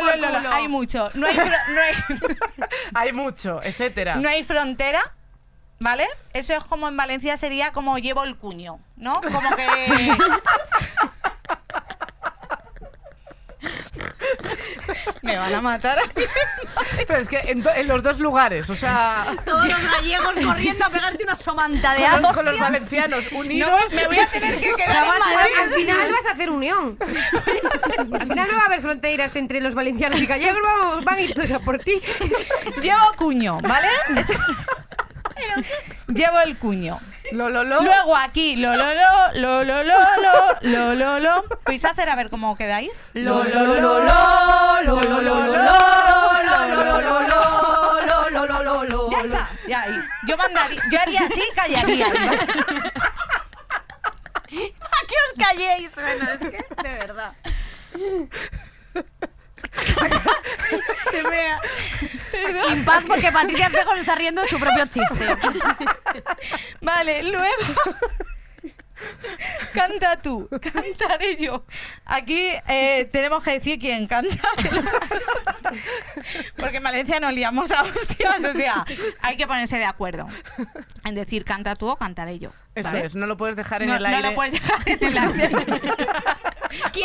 H: lo, lo, lo, lo. Hay mucho. No hay, fro- no hay,
C: Hay mucho, etcétera.
H: no hay frontera, ¿vale? Eso es como en Valencia sería como llevo el cuño, ¿no? Como que... Me van a matar.
C: Pero es que en, do- en los dos lugares, o sea,
B: Todos los gallegos corriendo a pegarte una somanta de
C: con
B: agua.
C: los, con los valencianos unidos.
H: No, me voy a tener que quedar en Madrid.
F: Al final vas a hacer unión. Al final no va a haber fronteras entre los valencianos y gallegos. Vamos, van a ir todos a por ti.
H: Llevo cuño, ¿vale? Llevo el cuño.
C: Lo, lo, lo.
H: Luego aquí, lo, lo, lo, lo, lo, lo, lo, lo, lo, lo. ¿Vais a hacer a ver cómo quedáis?
C: Lo, lo, lo, lo, lo, lo, lo, lo, lo, lo, lo, lo.
H: Ya está, ya ahí. Yo mandaría, yo haría así, callaría.
B: que os calléis. Bueno, es que, de verdad. Se vea. En paz, porque Patricia Espejo se está riendo de su propio chiste.
H: Vale, luego. Canta tú, cantaré yo. Aquí eh, tenemos que decir quién canta. Porque en Valencia nos liamos a hostias. O sea, hay que ponerse de acuerdo en decir canta tú o cantaré yo.
C: Eso
H: ¿vale?
C: es, no lo puedes dejar en
H: No,
C: el
H: no
C: aire.
H: lo puedes dejar en el aire.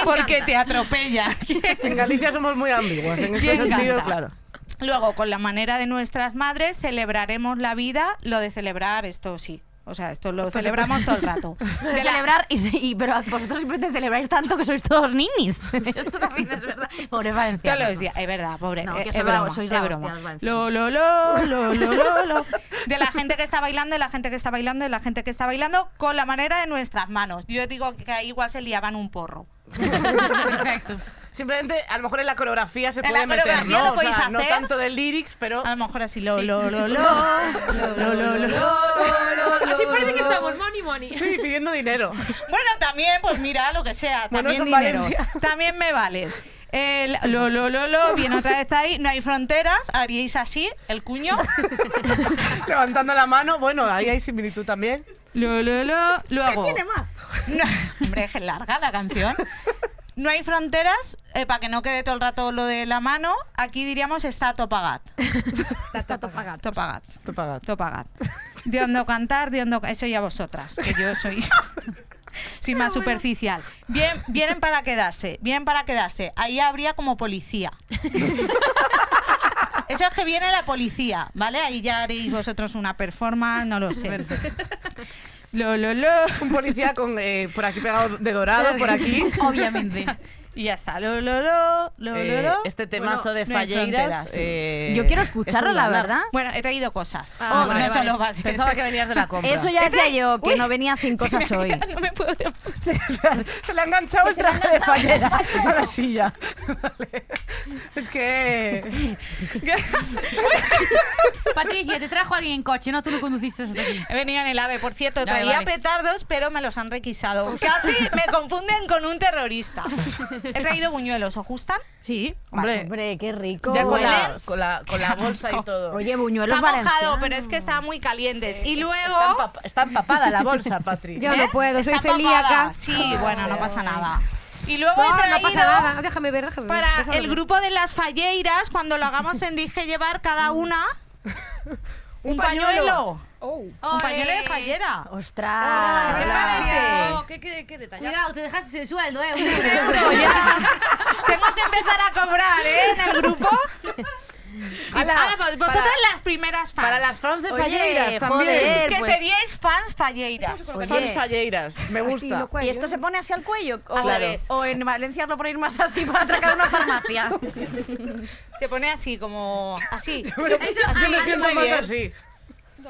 H: Porque te atropella.
C: En Galicia somos muy ambiguas, en este
H: ¿Quién
C: sentido,
H: canta?
C: claro.
H: Luego, con la manera de nuestras madres, celebraremos la vida. Lo de celebrar, esto sí. O sea, esto lo celebramos todo el rato.
B: De celebrar, y, sí, y- pero vosotros siempre te celebráis tanto que sois todos ninis. Esto también es verdad. Pobre Valencia.
H: Todos los días, es verdad, pobre.
B: No,
H: eh,
B: que
H: es
B: sois la-
H: broma,
B: sois
H: es
B: la
H: broma.
B: hostia, Valencia.
H: Lo, lo, lo, lo, lo, lo, lo. De la gente que está bailando, de la gente que está bailando, de la gente que está bailando, con la manera de nuestras manos. Yo digo que ahí igual se liaban un porro.
G: Perfecto.
C: Simplemente, a lo mejor en la coreografía se
H: En la
C: puede meter,
H: coreografía
C: ¿no?
H: lo
C: O
H: podéis
C: sea, no
H: hacer. Ah,
C: tanto de lyrics, pero...
H: A lo mejor así, lo, lo, lo, lo, lo, lo, lo, lo.
D: Así parece que estamos money money.
C: Sí, pidiendo dinero.
H: Bueno, también, pues mira, lo que sea,
C: Bueno,
H: también
C: eso en
H: dinero.
C: Valencia.
H: También me vale. El, lo, lo, lo, lo, viene otra vez ahí, no hay fronteras, haríais así, el cuño.
C: Levantando la mano, bueno, ahí hay similitud también.
H: Lo, lo, lo, luego.
B: más?
H: No, hombre, es larga la canción. No hay fronteras, para que no quede todo el rato lo de la mano, aquí diríamos está topagat.
B: Está todo pagado.
H: Topagat,
C: Tú pagas.
H: topagat. De hondo cantar, de hondo... Eso ya vosotras, que yo soy... Soy
C: Ah,
H: más superficial. Bien, vienen para quedarse, vienen para quedarse. Ahí habría como policía. Eso es que viene la policía, ¿vale? Ahí ya haréis vosotros una performance, no lo sé. Lo, lo, lo.
C: Un policía con eh, por aquí pegado de dorado, por aquí.
G: Obviamente. Y ya está. Lo, lo, lo, lo,
C: Eh,
G: lo, lo.
C: este temazo
G: Bueno,
C: de
G: no hay
C: Falleiras.
G: fronteras.
C: eh,
B: Yo quiero
C: es un
B: escucharlo, la
C: lunar.
H: Ah,
B: verdad.
G: Bueno, he traído cosas.
H: Oh,
C: Ah,
G: no
C: vale,
G: no
C: vale.
G: solo básicas.
C: Pensaba que venías de la compra.
B: Eso ya decía yo, que no venía sin cosas hoy.
G: No me puedo
C: Se le ha enganchado el traje de fallera a la silla. Vale. Es que.
G: Patricia, te trajo alguien en coche, ¿no? Tú lo conduciste hasta aquí.
H: Venía en el AVE, por cierto,
G: Vale,
H: traía
G: vale.
H: petardos, pero me los han requisado. Casi me confunden con un terrorista. He traído buñuelos, ¿os gustan?
D: Sí.
C: Hombre,
B: Hombre, qué rico.
C: ya con la,
H: huelen.
C: con, la, con la bolsa y todo.
B: Oye, buñuelos
H: Está mojado,
B: valencianos.
H: pero es que está muy calientes.
C: Está,
H: y luego...
C: empapa- está empapada la bolsa, Patri.
F: Yo
D: ¿Eh?
F: no puedo, soy
H: está
F: celíaca.
H: empapada. Sí, bueno, no pasa nada. Y luego
F: No,
H: he
F: no
H: traído...
F: pasa nada. Déjame ver, déjame ver.
H: Para
F: déjame
H: el
F: ver.
H: grupo de las falleiras, cuando lo hagamos tendréis que llevar cada una un pañuelo. Un pañuelo de fallera.
B: Ostras.
H: ¿Qué te
B: Hola.
H: parece?
D: Oh, qué, qué, qué detalle.
G: Cuidado, te dejaste el sueldo, ¿eh? Un euro.
H: Pero ya. Tengo que empezar a cobrar, ¿eh? En el grupo. Y
C: Ala,
H: ahora, vos- vosotras
C: para-
H: las primeras fans.
C: Para las fans de
B: Oye,
C: Falleiras
B: joder.
C: también.
H: que
B: pues-
H: seríais fans falleiras.
C: Fans
B: Oye.
C: Falleiras, me
F: Así,
C: gusta.
F: lo cuello.
B: ¿Y esto se pone así al cuello? O,
H: Al revés.
B: o en Valencia lo ponéis más así para atracar una farmacia.
H: Se pone así, como. Así.
C: Yo me siento más así.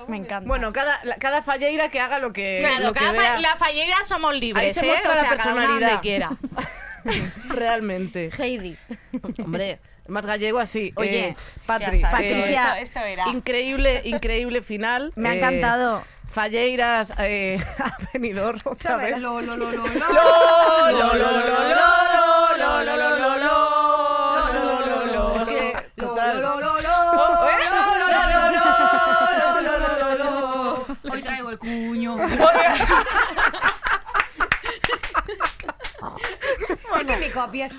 B: Me encanta.
C: Bueno, cada, la- cada falleira que haga lo que,
H: Eh, Claro,
C: lo que
H: cada fa-
C: vea
H: las falleiras somos
C: Ahí
H: libres,
C: se
H: ¿eh?
C: muestra
H: o
C: la
H: sea, cada una donde
C: personalidad.
H: quiera.
C: realmente.
B: Heidi.
C: Hombre, más gallego así.
B: Oye,
C: eh, Patri,
H: Ya está,
C: eh,
B: Patricia.
H: esto, esto era.
C: increíble, increíble final.
B: Me ha
C: eh,
B: encantado.
C: Falleiras, eh, avenidor, otra vez.
G: Lo, lo, lo, lo, lo.
C: lo, lo, lo, lo, lo, lo, lo, lo,
G: lo, lo, lo,
C: Es que,
G: lo,
C: total.
G: lo, lo, lo.
C: ¿Eh?
G: Hoy traigo el cuño.
F: ¿Por qué me copias?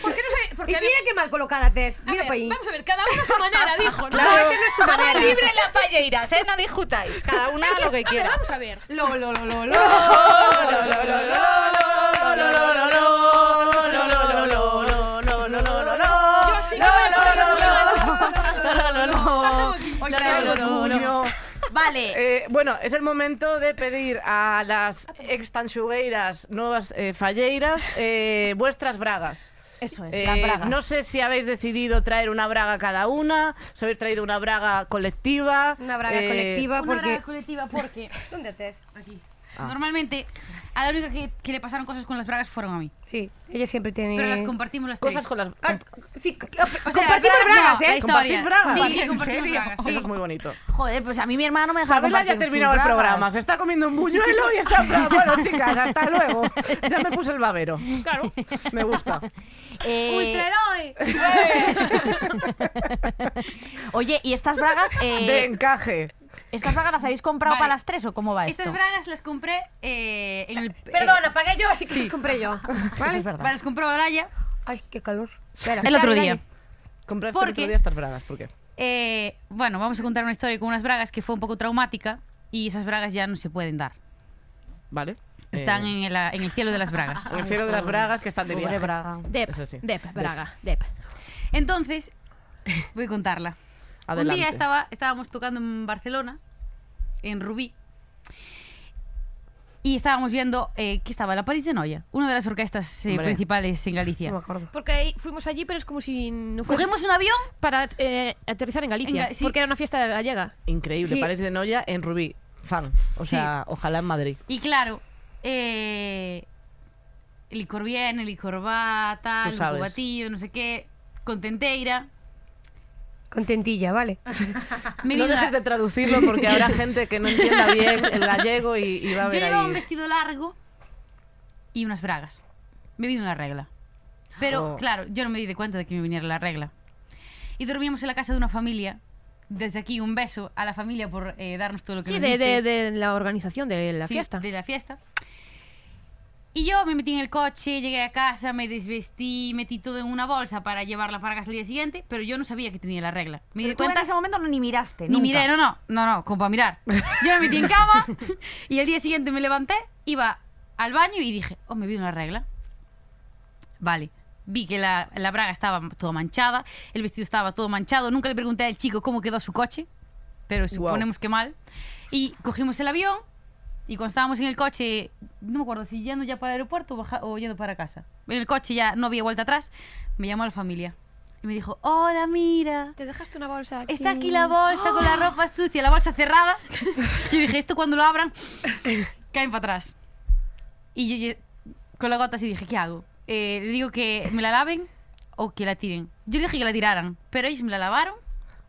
D: ¿Por qué no sé? Porque
F: Y mira qué mal colocada te es. Mira para ahí.
D: Vamos a ver, cada uno a su manera, dijo, ¿no?
F: No, esa no es tu
H: Somos
F: manera.
H: libres las falleiras, ¿eh? No discutáis. Cada una lo que
D: Pero
H: quiera.
D: vamos a ver.
G: Lo, lo, lo, lo, lo.
D: Yo sí que voy a poner el cuño.
G: Hoy traigo el cuño.
B: Vale.
C: Eh, bueno, es el momento de pedir a las extanchugueiras, nuevas eh, falleiras, eh, vuestras bragas.
B: Eso es,
C: Eh,
B: las bragas.
C: No sé si habéis decidido traer una braga cada una, si habéis traído una braga colectiva.
F: Una braga
C: eh,
F: colectiva
G: Una
F: porque...
G: braga colectiva porque
F: ¿Dónde te es?
G: aquí. Normalmente, a la única que, que le pasaron cosas con las bragas fueron a mí.
F: Sí, ella siempre tiene...
G: Pero las compartimos las
C: Cosas
G: tres.
C: con las.
F: Ah, sí,
G: O sea,
F: compartimos
G: las
F: bragas,
G: no,
F: ¿eh?
G: la historia.
C: ¿Compartís bragas?
G: Sí, sí,
C: ¿En
G: compartimos
C: serio?
G: bragas.
C: Eso es muy bonito.
B: Joder, pues a mí mi hermano no me deja
C: Isabela ya ha
B: compartir
C: terminado
B: sus
C: el
B: bragas.
C: programa. Se está comiendo un buñuelo y está. Bueno, chicas, hasta luego. Ya me puse el babero. Claro. Me gusta.
B: Eh,
G: Ultraheroe.
B: Oye, ¿y estas bragas, eh,
C: De encaje.
B: estas bragas las habéis comprado
G: Vale.
B: para las tres o cómo va esto?
G: Estas bragas las compré eh, en el...
F: Perdona, pagué yo, así que las compré yo.
B: Eso es verdad.
G: Las compró Araya
F: Ay, qué calor. Espera,
G: el otro
F: dale,
G: día.
F: dale.
C: Compraste
G: ¿Por
C: el otro
G: qué?
C: día estas bragas. ¿Por qué?
G: Eh, bueno, vamos a contar una historia con unas bragas que fue un poco traumática y esas bragas ya no se pueden dar.
C: ¿Vale?
G: Están
C: Eh,
G: en, la- en el cielo de las bragas.
C: en el cielo de las bragas que están de
B: Pobre
C: viaje.
B: braga.
D: Dep,
C: Eso sí.
D: Dep, Braga, Dep.
G: Entonces, voy a contarla.
C: Adelante.
G: Un día estaba, estábamos tocando en Barcelona, en Rubí, y estábamos viendo eh, que estaba la París de Noia, una de las orquestas eh,
C: Hombre.
G: principales en Galicia.
C: No me acuerdo.
D: Porque ahí fuimos allí, pero es como si no fuese
G: Cogemos un avión
D: para eh, aterrizar en Galicia,
G: En Ga- sí.
D: porque era una fiesta gallega.
C: Increíble.
F: Sí.
C: París de Noya en Rubí. Fan. O sea, ojalá en Madrid.
G: y claro, eh, el licor viene, el licor va,
C: Tú
G: tal, un
C: sabes.
G: cubatillo, no sé qué, contenteira.
F: Contentilla, vale.
G: Me
C: no
G: vino
C: dejes
G: la-
C: de traducirlo porque habrá gente que no entienda bien el gallego y, y va a
G: Yo
C: ver
G: llevaba un
C: ahí.
G: vestido largo y unas bragas. Me vino una regla. Pero
C: Oh.
G: claro, yo no me di de cuenta de que me viniera la regla. Y dormíamos en la casa de una familia. Desde aquí un beso a la familia por eh, darnos todo lo que
D: Sí,
G: nos
D: de, de-
G: disteis.
D: de la organización de la
G: Sí,
D: fiesta.
G: De la fiesta. Y yo me metí en el coche, llegué a casa, me desvestí, metí todo en una bolsa para llevarla para casa el día siguiente, pero yo no sabía que tenía la regla. Me di
B: Pero tú en
G: cuenta
B: ese momento no ni miraste,
G: ni
B: nunca.
G: miré, no, no, no, no, como para mirar. Yo me metí en cama y el día siguiente me levanté, iba al baño y dije, oh, me vi una regla. Vale. Vi que la, la braga estaba toda manchada, el vestido estaba todo manchado. Nunca le pregunté al chico cómo quedó su coche, pero suponemos que mal. Y cogimos el avión Y cuando estábamos en el coche, no me acuerdo si yendo ya para el aeropuerto o, baja- o yendo para casa. En el coche ya no había vuelta atrás. Me llamó la familia y me dijo, hola, mira.
D: Te dejaste una bolsa.
G: Está aquí la bolsa con
B: Ah.
G: la ropa sucia, la bolsa cerrada. Y dije, esto cuando lo abran, caen para atrás. Y yo, yo- con la gota así dije, ¿qué hago? Eh, le digo que me la laven o que la tiren. Yo le dije que la tiraran, pero ellos me la lavaron.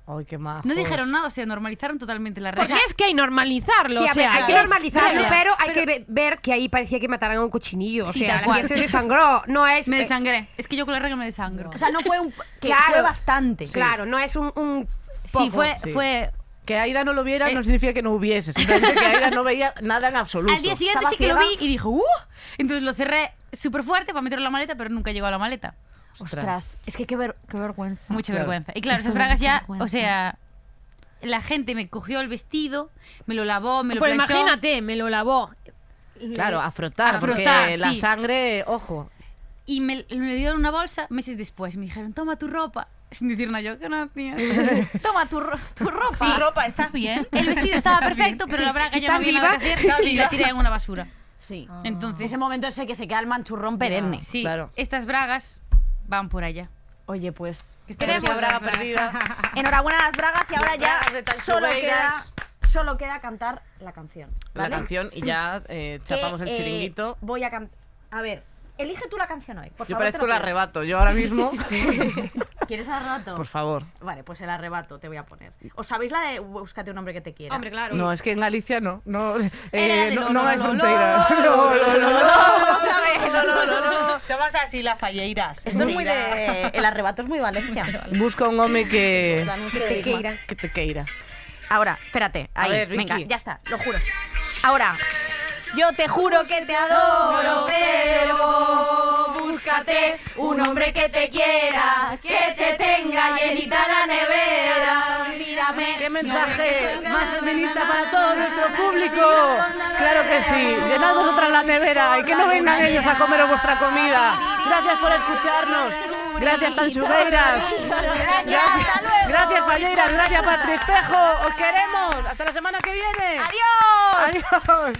C: Ay, qué majos.
G: No dijeron nada, o sea, normalizaron totalmente la regla.
D: Porque es que hay normalizarlo. o
F: Sí, a ver,
D: sea,
F: hay que
D: es-
F: normalizarlo,
G: claro.
F: pero hay que ve- ver que ahí parecía que mataran a un cochinillo. O
G: Sí,
F: sea,
G: tal cual.
F: aquí se desangró. No es.
G: Me
F: eh,
G: desangré. Es que yo con la regla me desangro.
B: O sea, no fue un... Que
F: Claro.
B: fue bastante.
F: Claro, no es un. un
G: sí, fue,
C: sí.
G: fue
C: Que Aida no lo viera
G: Eh.
C: no significa que no hubiese, simplemente que Aida no veía nada en absoluto.
G: Al día siguiente
B: Estaba
G: sí que lo vi
B: ciega.
G: y dijo, ¡uh! Entonces lo cerré súper fuerte para meterlo en la maleta, pero nunca llegó a la maleta.
B: Ostras, es que qué, ver- qué vergüenza.
G: Mucha
C: Claro.
G: vergüenza. Y claro,
B: Eso
G: esas
B: da
G: bragas
B: mucha
G: ya, o
B: vergüenza.
G: sea, la gente me cogió el vestido, me lo lavó, me lo
D: Pero
G: planchó.
D: imagínate, me lo lavó.
C: Claro, a frotar,
G: A frotar,
C: porque la
G: sí.
C: sangre, ojo.
G: Y me, me dieron una bolsa meses después. Me dijeron, toma tu ropa. Sin decir nada, yo, gracias. toma tu, ro- tu ropa.
H: Sí, ropa, ¿estás bien?
G: El vestido estaba perfecto, pero la braga ya no
F: ¿Estás
G: había nada
F: viva?
G: que hacer y la tiré en una basura.
B: Sí.
G: Entonces,
B: Ese momento ese que se queda el manchurrón perenne.
G: sí,
C: Claro.
G: estas bragas van por allá.
B: Oye, pues...
G: Que están
C: Tenemos
G: hechas
C: braga
G: para-
C: perdida.
B: Enhorabuena a las bragas y ahora ya
C: bragas de tan
B: solo queda,
C: chubeiras.
B: solo queda cantar la canción.
C: La
B: ¿vale?
C: canción y ya eh, chapamos
B: Que,
C: el
B: eh,
C: chiringuito.
B: voy a cantar... A ver, elige tú la canción hoy. Por
C: Yo
B: favor, te
C: parezco
B: lo
C: el
B: pido.
C: arrebato, yo ahora mismo.
B: ¿Quieres arrebato?
C: Por favor.
B: Vale, pues el arrebato te voy a poner. ¿Os sabéis la de búscate un hombre que te quiera?
D: Hombre, claro.
C: No, es que en Galicia no. No, eh,
G: Era de
C: no,
G: lo,
C: no
G: lo,
C: hay
G: lo,
C: fronteras.
G: lo,
C: No, no, no, no.
B: otra vez.
H: Somos así las falleiras.
B: Esto es muy de. El arrebato es muy Valencia.
C: Busca un hombre que,
F: te queira.
C: que te queira.
B: Ahora, espérate.
C: A
B: Ahí,
C: ver, Vicky.
B: venga, ya está, lo juro. Ahora, yo te juro que te adoro, pero búscate un hombre que te quiera, que te tenga llenita la nevera. Mírame.
C: ¡Qué mensaje más feminista para todo nuestro público! ¡Claro que sí! ¡Llenad vosotras la nevera y que no vengan ellos a comeros vuestra comida! ¡Gracias por escucharnos! ¡Gracias, Tanchugueiras! ¡Gracias, gracias Falleiras! ¡Gracias, Patri Espejo! ¡Os queremos! ¡Hasta la semana que viene! ¡Adiós! ¡Adiós!